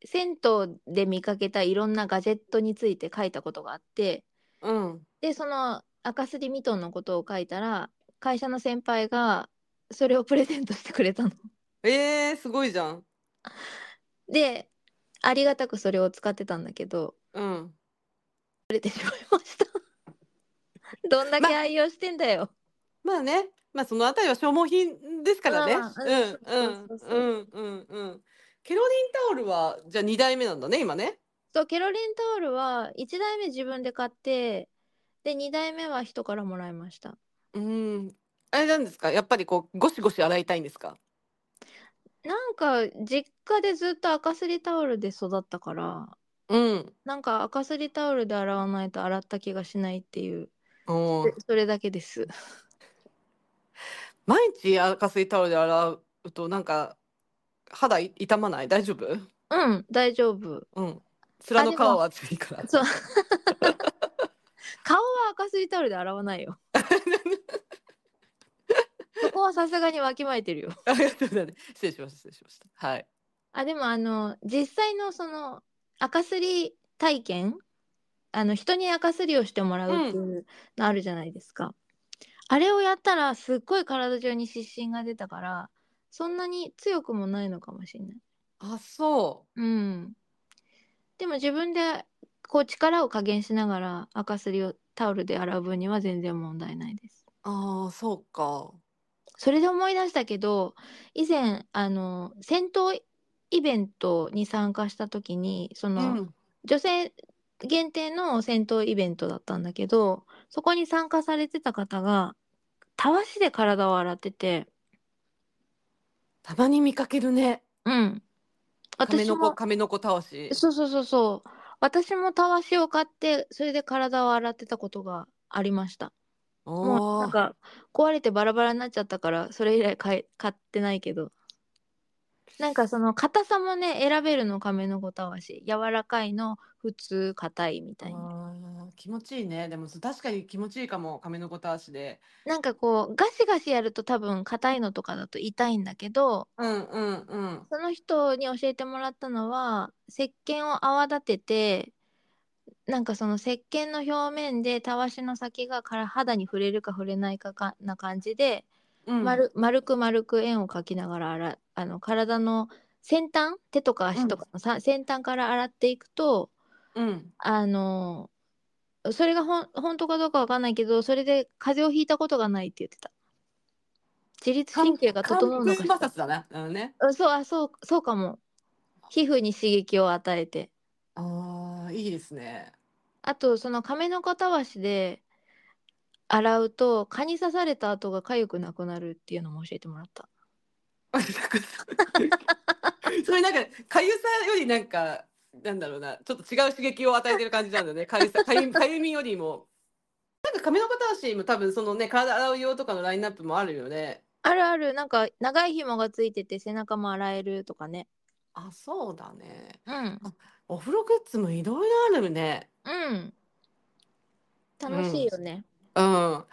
[SPEAKER 2] 銭湯で見かけたいろんなガジェットについて書いたことがあって、
[SPEAKER 1] うん。
[SPEAKER 2] で、その赤すりミトンのことを書いたら、会社の先輩がそれをプレゼントしてくれたの。
[SPEAKER 1] えー、すごいじゃん。
[SPEAKER 2] で、ありがたくそれを使ってたんだけど、
[SPEAKER 1] うん。
[SPEAKER 2] 売れてしまいました。 どんだけ愛用してんだよ。
[SPEAKER 1] まあね。まあそのあたりは消耗品ですからね。
[SPEAKER 2] まあまあう
[SPEAKER 1] う
[SPEAKER 2] ん
[SPEAKER 1] ん。うん。
[SPEAKER 2] そうそうそ
[SPEAKER 1] う。
[SPEAKER 2] うん
[SPEAKER 1] うん。うん。ケロリンタオルはじゃあ二代目なんだね今ね。
[SPEAKER 2] そう、ケロリンタオルは1台目自分で買って、で、2台目は人からもらいました。
[SPEAKER 1] うん。あれなんですか。やっぱりこうゴシゴシ洗いたいんですか。
[SPEAKER 2] なんか、実家でずっと赤すりタオルで育ったから、
[SPEAKER 1] うん。
[SPEAKER 2] なんか赤すりタオルで洗わないと洗った気がしないっていう、
[SPEAKER 1] お
[SPEAKER 2] でそれだけです。
[SPEAKER 1] 毎日赤水タオルで洗うとなんか肌い傷まない大丈夫
[SPEAKER 2] うん、大丈夫。
[SPEAKER 1] うん面の皮は厚いか ら
[SPEAKER 2] そう。顔は赤すりタオルで洗わない よ。そこはさすがにわきまえてるよ。
[SPEAKER 1] ありがとうございます失礼しました失礼しましたはい
[SPEAKER 2] あ、でもあの、実際のその、赤すり体験あの、人に赤すりをしてもらうっていうのあるじゃないですか。あれをやったら、すっごい体中に湿疹が出たから、そんなに強くもないのかもしれない。
[SPEAKER 1] あそ
[SPEAKER 2] うん。でも自分でこう力を加減しながら赤すりをタオルで洗う分には全然問題ないです。
[SPEAKER 1] うああそうか
[SPEAKER 2] それで思い出したけど、以前、あの、戦闘イベントに参加した時に、そうの、
[SPEAKER 1] ん
[SPEAKER 2] 女性限定の戦闘イベントだったんだけど、そこに参加されてた方が、たわしで体を洗ってて、
[SPEAKER 1] たまに見かけるね
[SPEAKER 2] うん。
[SPEAKER 1] 亀
[SPEAKER 2] 私
[SPEAKER 1] の
[SPEAKER 2] も
[SPEAKER 1] 子、亀の子たわし
[SPEAKER 2] そうそうそうそう。私もたわしを買って、それで体を洗ってたことがありました。もう
[SPEAKER 1] お
[SPEAKER 2] なん
[SPEAKER 1] ー
[SPEAKER 2] か壊れてバラバラになっちゃったから、それ以来買い買ってないけど。なんかその硬さもね、選べるの、亀の子たわし。柔らかいの、普通、硬いみたいな。
[SPEAKER 1] あー気持ちいいね。でもそう確かに気持ちいいかも。亀の子た足で。
[SPEAKER 2] なんかこうガシガシやると多分硬いのとかだと痛いんだけど
[SPEAKER 1] うんうんうん。
[SPEAKER 2] その人に教えてもらったのは石鹸を泡立ててなんかその石鹸の表面でたわしの先がから肌に触れるか触れないかかな感じで、
[SPEAKER 1] うん、
[SPEAKER 2] 丸丸く丸く円を描きながら洗あの体の先端手とか足とかのさ、先端から洗っていくと
[SPEAKER 1] うん。
[SPEAKER 2] あのそれがほん本当かどうかわかんないけどそれで風邪をひいたことがないって言ってた自律神経が整うのか
[SPEAKER 1] 完全
[SPEAKER 2] し
[SPEAKER 1] 摩
[SPEAKER 2] ら
[SPEAKER 1] 擦だな。うんね。
[SPEAKER 2] うんそうあそうそうかも皮膚に刺激を与えて
[SPEAKER 1] ああ、いいですね。
[SPEAKER 2] あとその亀の子たわしで洗うと蚊に刺された跡が痒くなくなるっていうのも教えてもらった
[SPEAKER 1] そういうなんか、かゆさよりなんか、なんだろうな、ちょっと違う刺激を与えてる感じなんだよね。かゆさ、かゆみかゆみよりも。なんか、髪の形足も多分、そのね、体洗う用とかのラインナップもあるよね。
[SPEAKER 2] あるあるなんか長い紐がついてて背中も洗えるとかね
[SPEAKER 1] あ、そうだね。
[SPEAKER 2] うん
[SPEAKER 1] お風呂グッズもいろいろあるね。
[SPEAKER 2] うん楽しいよね
[SPEAKER 1] うん、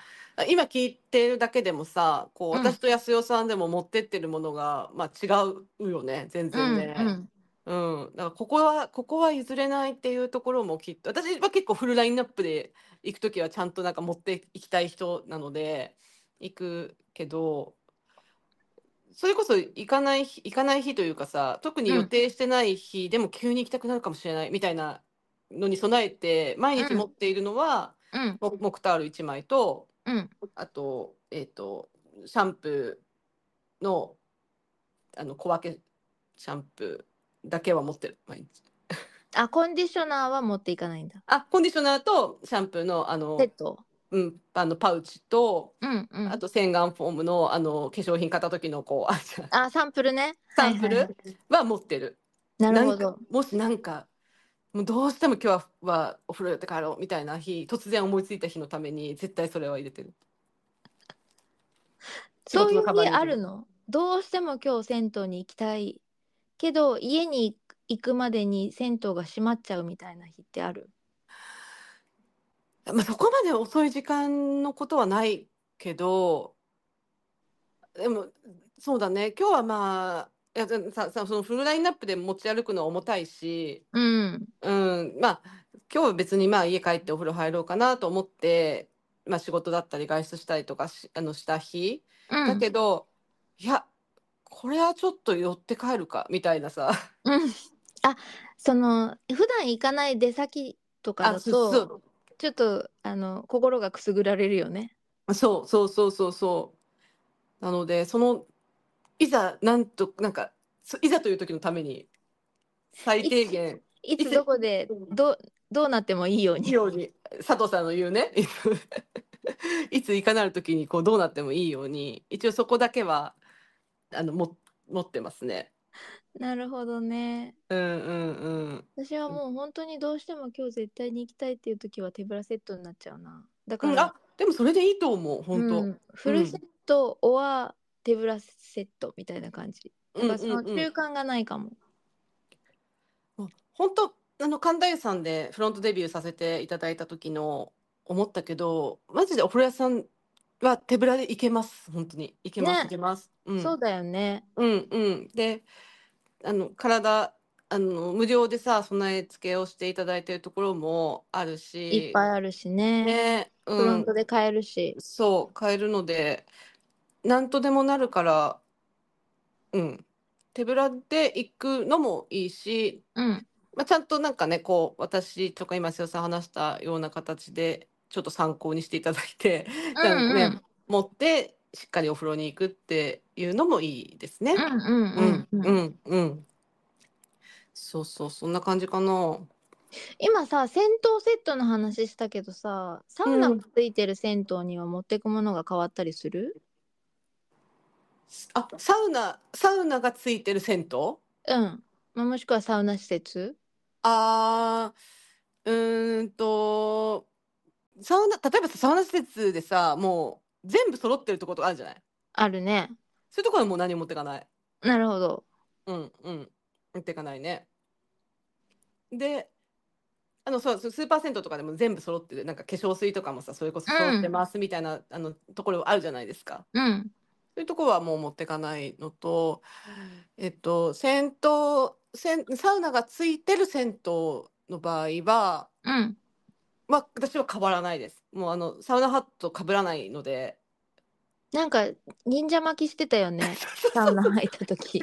[SPEAKER 1] 今聞いてるだけでもさこ
[SPEAKER 2] うん
[SPEAKER 1] う私と安代さんでも持ってってるものが、まあ、違うよね全
[SPEAKER 2] うん
[SPEAKER 1] 然ね。
[SPEAKER 2] うん
[SPEAKER 1] うん、だからここはここは譲れないっていうところもきっと私は結構フルラインナップで行く時はちゃんとなんか持っていきたい人なので行くけどそれこそ行かない日行かない日というかさ特に
[SPEAKER 2] うん
[SPEAKER 1] 予定してない日でも急に行きたくなるかもしれないみたいなのに備えて毎日
[SPEAKER 2] うん
[SPEAKER 1] 持っているのは、
[SPEAKER 2] うん
[SPEAKER 1] モモクタール1枚と
[SPEAKER 2] うん
[SPEAKER 1] あと、えっと、シャンプーの、あの、小分けシャンプーだけは持ってる、毎日。
[SPEAKER 2] あコンディショナーは持っていかないんだ
[SPEAKER 1] あ、コンディショナーとシャンプーの、あの
[SPEAKER 2] セッ、ト
[SPEAKER 1] うん、あの、パウチと、
[SPEAKER 2] うんうん
[SPEAKER 1] あと洗顔フォームの、あの、化粧品買った時の、こう、 あ、じゃあ
[SPEAKER 2] あサンプルね
[SPEAKER 1] サンプル
[SPEAKER 2] はいはいはい
[SPEAKER 1] は持ってる。
[SPEAKER 2] なるほ
[SPEAKER 1] ん
[SPEAKER 2] ど
[SPEAKER 1] か、もしなんか、もうどうしても今日ははお風呂寄って帰ろうみたいな日、突然思いついた日のために、絶対それは入れてる。仕
[SPEAKER 2] そう
[SPEAKER 1] 事
[SPEAKER 2] い
[SPEAKER 1] の
[SPEAKER 2] う
[SPEAKER 1] カバン
[SPEAKER 2] 日
[SPEAKER 1] に入
[SPEAKER 2] あ
[SPEAKER 1] れ
[SPEAKER 2] るのどうしても今日銭湯に行きたいけど家に行くまでに銭湯が閉まっちゃうみたいな日ってある
[SPEAKER 1] まあ、そこまで遅い時間のことはないけど、でも、そうだね、今日はまあ、いやささそのフルラインナップで持ち歩くのは重たいし、
[SPEAKER 2] うん
[SPEAKER 1] うん、まあ、今日は別にまあ家帰ってお風呂入ろうかなと思って、まあ、仕事だったり外出したりとかし、あのした日、
[SPEAKER 2] うん
[SPEAKER 1] だけど、いや、これはちょっと寄って帰るかみたいなさ、
[SPEAKER 2] うんあその普段行かない出先とか
[SPEAKER 1] あ、
[SPEAKER 2] だ
[SPEAKER 1] そ
[SPEAKER 2] と
[SPEAKER 1] そう
[SPEAKER 2] ちょっとあの心がくすぐられるよね
[SPEAKER 1] そうそうそうそうそう。なので、その、いざ、なんと、なんか、そいざという時のために、最低限、
[SPEAKER 2] い
[SPEAKER 1] い
[SPEAKER 2] つ
[SPEAKER 1] つ
[SPEAKER 2] どこで
[SPEAKER 1] うん
[SPEAKER 2] どうどうなってもいいよう
[SPEAKER 1] いい
[SPEAKER 2] に
[SPEAKER 1] ように、佐藤さんの言うね、 いついかなる時に、こう、どうなってもいいように、一応そこだけは、あの、も、持ってますね。
[SPEAKER 2] なるほどね
[SPEAKER 1] うんうんうん。
[SPEAKER 2] 私はもう本当にどうしても今日絶対に行きたいっていう時は手ぶらセットになっちゃうなだか
[SPEAKER 1] うん、
[SPEAKER 2] ら
[SPEAKER 1] あ、でもそれでいいと思う、本当。う
[SPEAKER 2] うんんフルセットオア手ぶらセットみたいな感じ、だからその
[SPEAKER 1] うんうん
[SPEAKER 2] 中間がないかも、
[SPEAKER 1] もう本当あの神田湯さんでフロントデビューさせていただいた時の思ったけどマジでお風呂屋さんは手ぶらで行けます本当に行けます
[SPEAKER 2] ね
[SPEAKER 1] 行けますうん
[SPEAKER 2] そうだよね
[SPEAKER 1] うんうんであの体あの無料でさ備え付けをしていただいてるところもある
[SPEAKER 2] い
[SPEAKER 1] し
[SPEAKER 2] っぱいあるしね
[SPEAKER 1] ね
[SPEAKER 2] フ
[SPEAKER 1] う
[SPEAKER 2] ロン
[SPEAKER 1] ん
[SPEAKER 2] トで買えるし、
[SPEAKER 1] そう買えるので何とでもなるからうん手ぶらで行くのもいいし
[SPEAKER 2] うん、
[SPEAKER 1] まあ、ちゃんとなんかねこう私とか今瀬尾さん話したような形でちょっと参考にしていただいてちゃんとね、
[SPEAKER 2] うん
[SPEAKER 1] 持ってしっかりお風呂に行くっていうのもいいですね。
[SPEAKER 2] うんうんうんうん
[SPEAKER 1] う、んうんそうそうそんな感じかな。
[SPEAKER 2] 今さ銭湯セットの話したけどさサウナがついてる銭湯には持ってくものが変わったりする
[SPEAKER 1] あサウナサウナがついてる銭湯
[SPEAKER 2] うん、まあ、もしくはサウナ施設
[SPEAKER 1] あーうーんとサウナ例えばさサウナ施設でさもう全部揃ってるところとかあるじゃない
[SPEAKER 2] あるね
[SPEAKER 1] そういうところはもう何も持ってかない。
[SPEAKER 2] なるほど
[SPEAKER 1] うんうん。持ってかないね。で、あのそうそうスーパー銭湯とかでも全部揃っててなんか化粧水とかもさそれこそ揃ってますみたいな、あのところあるじゃないですか
[SPEAKER 2] うん
[SPEAKER 1] そういうとこはもう持ってかないのとえっと銭湯せんサウナがついてる銭湯の場合は
[SPEAKER 2] うん
[SPEAKER 1] まあ私は変わらないですもうあのサウナハット被らないので
[SPEAKER 2] なんか忍者巻きしてたよ ねサウナ入った時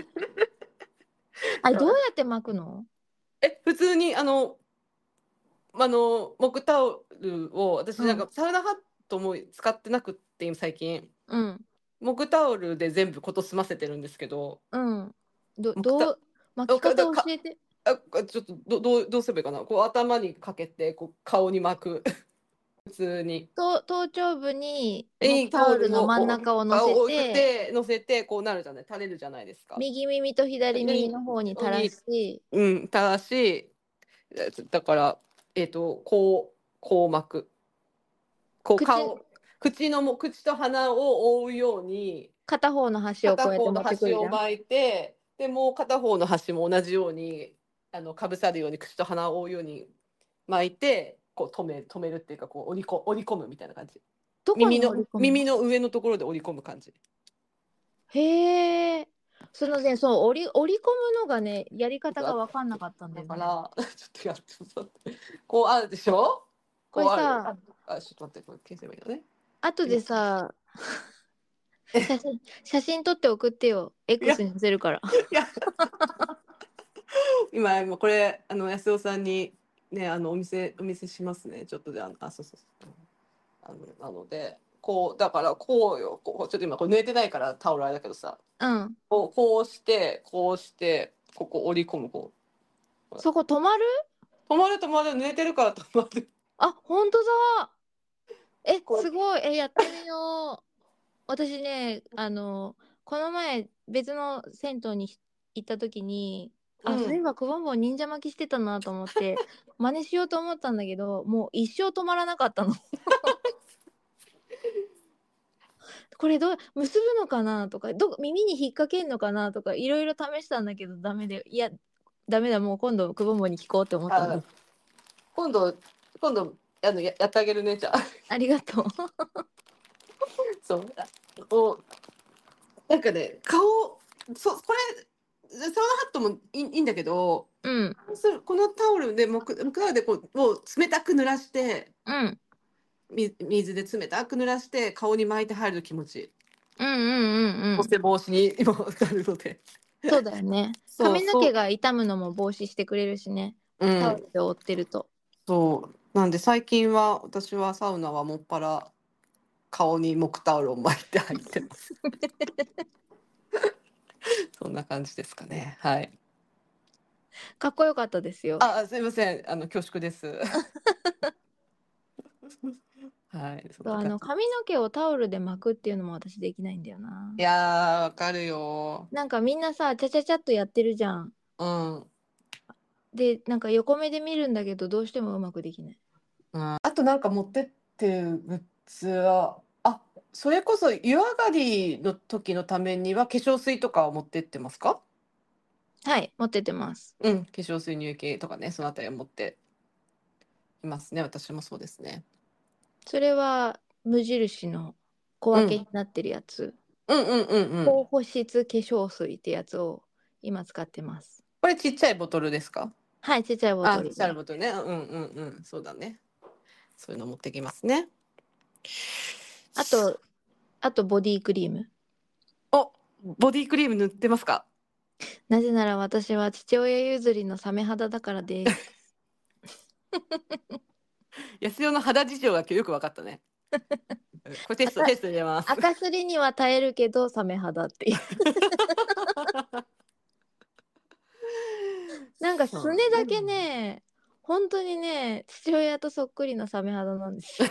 [SPEAKER 2] あれどうやって巻くの
[SPEAKER 1] え普通にあのあの木タオルを私なんかサウナハットも使ってなくって最近
[SPEAKER 2] うん
[SPEAKER 1] 木タオルで全部こと済ませてるんですけど
[SPEAKER 2] うんど
[SPEAKER 1] 巻く
[SPEAKER 2] どう巻き方教えて
[SPEAKER 1] あこちょっとどどうどうすればいいかなこう頭にかけてこう顔に巻く 普通に
[SPEAKER 2] と頭頂部に
[SPEAKER 1] えい
[SPEAKER 2] タオルの真ん中を乗
[SPEAKER 1] 顔を
[SPEAKER 2] せ
[SPEAKER 1] 置い
[SPEAKER 2] て
[SPEAKER 1] て乗せてこうなるじゃない垂れるじゃないですか。
[SPEAKER 2] 右耳と左耳の方に垂らし
[SPEAKER 1] うん垂らしえだからえっ、とこうこう巻くこう
[SPEAKER 2] 口
[SPEAKER 1] 顔口のも口と鼻を覆うように
[SPEAKER 2] 片方の端をこうや
[SPEAKER 1] 片
[SPEAKER 2] って
[SPEAKER 1] 方の
[SPEAKER 2] 持ってく
[SPEAKER 1] 端
[SPEAKER 2] るじ
[SPEAKER 1] を
[SPEAKER 2] ゃん
[SPEAKER 1] 巻いてでもう片方の端も同じようにあのかぶさるように口と鼻を覆うように巻いてこう止め止めるっていうかこう折りこ折り込むみたいな感じ
[SPEAKER 2] どこ
[SPEAKER 1] 耳
[SPEAKER 2] に
[SPEAKER 1] の
[SPEAKER 2] 折り込む
[SPEAKER 1] 耳の上のところで折り込む感じ
[SPEAKER 2] へえそのねそう折り折り込むのがねやり方が分かんなかったんだ
[SPEAKER 1] だ
[SPEAKER 2] よ
[SPEAKER 1] か
[SPEAKER 2] ね
[SPEAKER 1] ら ちょっとやってもらってこうあるでしょこうある
[SPEAKER 2] これさ
[SPEAKER 1] あちょっと待ってこれ消せばいいのね
[SPEAKER 2] 後でさ
[SPEAKER 1] え
[SPEAKER 2] 写真写真撮って送ってよ X に載せるから
[SPEAKER 1] 今もうこれあの安尾さんにねあのお店お見せしますねちょっとであのあそうそうそうあのなのでこうだからこうよこうちょっと今これ濡れてないからタオルあれだけどさ
[SPEAKER 2] うん
[SPEAKER 1] こうこうしてこうしてここ折り込むこ
[SPEAKER 2] そこ止まる
[SPEAKER 1] う止まる止まる濡れてるから止まる
[SPEAKER 2] あ本当だえ
[SPEAKER 1] これ
[SPEAKER 2] すごいえやってみよう私ねあのこの前別の銭湯に行った時に あ、
[SPEAKER 1] うん
[SPEAKER 2] そういえばくぼんぼん忍者巻きしてたなと思って 真似しようと思ったんだけどもう一生止まらなかったの これどう結ぶのかなとかど耳に引っ掛けんのかなとかいろいろ試したんだけどダメでいやダメだもう今度くぼんぼんに聞こうって思った
[SPEAKER 1] あ
[SPEAKER 2] の
[SPEAKER 1] 今度今度あのややってあげるねじゃあ
[SPEAKER 2] ありがとう
[SPEAKER 1] そうあおなんかね顔そうこれサウナハットもいいいいんだけど
[SPEAKER 2] うん
[SPEAKER 1] そうこのタオルで木木タオルでこうもう冷たく濡らして
[SPEAKER 2] うん
[SPEAKER 1] み水で冷たく濡らして顔に巻いて入ると気持ちいい
[SPEAKER 2] うんうんうんう
[SPEAKER 1] 補正防止に 今なるので
[SPEAKER 2] ん。そうだよね。
[SPEAKER 1] そう
[SPEAKER 2] 髪の毛が傷むのも防止してくれるしね。
[SPEAKER 1] そう,、う
[SPEAKER 2] タオ
[SPEAKER 1] ん、
[SPEAKER 2] ルで覆ってると。
[SPEAKER 1] そうなんで最近は私はサウナはもっぱら顔に木タオルを巻いて入ってます そんな感じですかねはい
[SPEAKER 2] かっこよかったですよ。
[SPEAKER 1] あ、すいません、あの恐縮 です。はい、そん
[SPEAKER 2] そう
[SPEAKER 1] な
[SPEAKER 2] あの
[SPEAKER 1] 感じ。
[SPEAKER 2] 髪の毛をタオルで巻くっていうのも私できないんだよない
[SPEAKER 1] やー、わかるよ。
[SPEAKER 2] なんかみんなさ、ちゃちゃちゃっとやってるじゃん。
[SPEAKER 1] うん、うん、
[SPEAKER 2] で、なんか横目で見るんだけど、どうしてもうまくできない。
[SPEAKER 1] あとなんか持ってってるグッズは。あ、それこそ湯上がりの時のためには化粧水とかを持ってってますか。
[SPEAKER 2] はい、持ってってます。
[SPEAKER 1] うん、化粧水乳液とかね、そのあたりを持って。いますね、私もそうですね。
[SPEAKER 2] それは無印の小分けになってるやつ。
[SPEAKER 1] うん、うん、うん、うん。
[SPEAKER 2] 高保湿化粧水ってやつを今使ってます。
[SPEAKER 1] これちっちゃいボトルですか。
[SPEAKER 2] はい、ちっちゃいボ
[SPEAKER 1] あ、
[SPEAKER 2] トル
[SPEAKER 1] シャルボトルね。うんうんうん。そうだね。そういうの持ってきますね。
[SPEAKER 2] あと、あとボディクリーム。
[SPEAKER 1] お、ボディクリーム塗ってますか。
[SPEAKER 2] なぜなら私は父親譲りのサメ肌だからです。
[SPEAKER 1] 安代の肌事情が今日よく分かった ね。これテストテスト入れます。
[SPEAKER 2] 赤すりには耐えるけどサメ肌っていう。なんかすねだけね、本当にね、父親とそっくりのサメ肌なんです よ。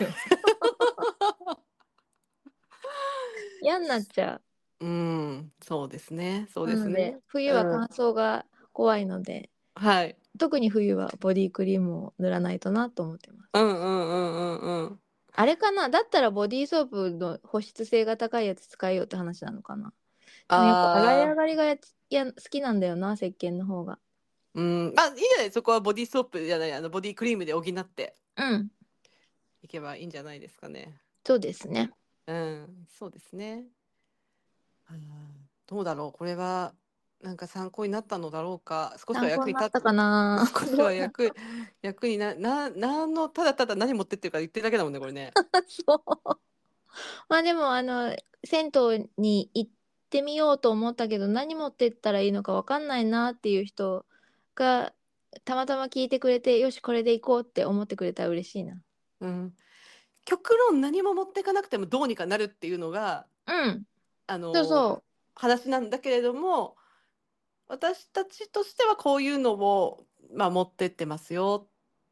[SPEAKER 2] 嫌になっちゃ。
[SPEAKER 1] うん、そうですね。そううで
[SPEAKER 2] な
[SPEAKER 1] す
[SPEAKER 2] ので
[SPEAKER 1] ね。
[SPEAKER 2] 冬は乾燥が怖いので、
[SPEAKER 1] はい。
[SPEAKER 2] 特に冬はボディクリームを塗らないとなと思ってます。
[SPEAKER 1] うんうんうんうんうん。
[SPEAKER 2] あれかなだったらボディーソープの保湿性が高いやつ使えよって話なのかなでもやっぱ洗い
[SPEAKER 1] あ
[SPEAKER 2] 上がりがやや好きなんだよな石鹸の方が
[SPEAKER 1] うんまあいいんじゃないそこはボディーソープじゃないあのボディークリームで補って
[SPEAKER 2] うん
[SPEAKER 1] いけばいいんじゃないですかね
[SPEAKER 2] そうですね
[SPEAKER 1] うんそうですねうんどうだろうこれはなんか参考になったのだろうか少し
[SPEAKER 2] 参
[SPEAKER 1] は
[SPEAKER 2] 考
[SPEAKER 1] 役
[SPEAKER 2] に
[SPEAKER 1] に
[SPEAKER 2] な
[SPEAKER 1] 立
[SPEAKER 2] ったかな
[SPEAKER 1] 少しは役役になななんのただただ何持ってってるか言ってるだけだもんねこれね
[SPEAKER 2] そうまあでもあの銭湯に行ってみようと思ったけど何持ってったらいいのか分かんないなっていう人がたまたま聞いてくれてよしこれで行こうって思ってくれたら嬉しいな
[SPEAKER 1] うん極論何も持っていかなくてもどうにかなるっていうのが
[SPEAKER 2] うん
[SPEAKER 1] あの
[SPEAKER 2] そうそう
[SPEAKER 1] 話なんだけれども私たちとしてはこういうのを、まあ、持ってってますよっ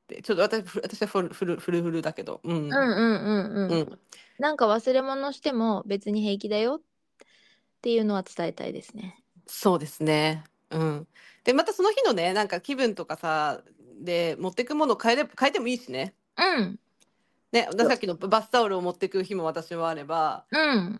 [SPEAKER 1] てちょっと私ふ私はフルフルフルフルだけどう
[SPEAKER 2] うん
[SPEAKER 1] ん
[SPEAKER 2] うんうん
[SPEAKER 1] う
[SPEAKER 2] うん
[SPEAKER 1] ん
[SPEAKER 2] なんか忘れ物しても別に平気だよっていうのは伝えたいですね
[SPEAKER 1] そうですねうんでまたその日のねなんか気分とかさで持ってくもの変えれ変えてもいいしね
[SPEAKER 2] うん
[SPEAKER 1] ね私さっきのバスタオルを持ってく日も私はあれば
[SPEAKER 2] うん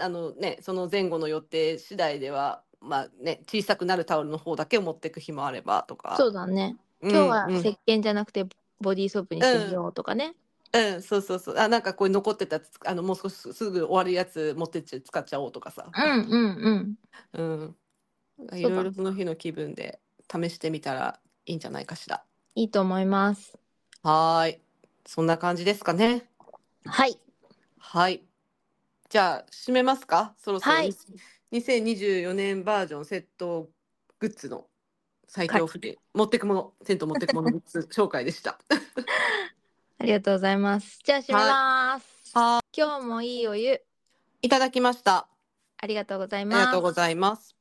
[SPEAKER 1] あのねその前後の予定次第ではまあね小さくなるタオルの方だけを持ってく日もあればとか
[SPEAKER 2] そうだね
[SPEAKER 1] うん
[SPEAKER 2] 今日は
[SPEAKER 1] うん
[SPEAKER 2] 石鹸じゃなくてボディーソープにしてみようとかね
[SPEAKER 1] うん、そうそうそう。あ、なんかこう残ってたやつ、あの、もう少しすすぐ終わるやつ持ってっちゃ、使っちゃおうとかさ。
[SPEAKER 2] うんうんうん
[SPEAKER 1] うん。なんかい
[SPEAKER 2] そうだ
[SPEAKER 1] ろいろその日の気分で試してみたらいいんじゃないかしら。
[SPEAKER 2] いいと思います
[SPEAKER 1] はーい。そんな感じですかね。
[SPEAKER 2] はい
[SPEAKER 1] はい。じゃあ、締めますかそろそろ。
[SPEAKER 2] はい
[SPEAKER 1] 2024年バージョンセットグッズの最強フレ持ってくもの、銭湯持ってくものグッズ紹介でした。
[SPEAKER 2] ありがとうございますじゃあ閉めます
[SPEAKER 1] は
[SPEAKER 2] 今日もいいお湯
[SPEAKER 1] いただきました。
[SPEAKER 2] ありがとうござい
[SPEAKER 1] あり
[SPEAKER 2] ます
[SPEAKER 1] がとうございます。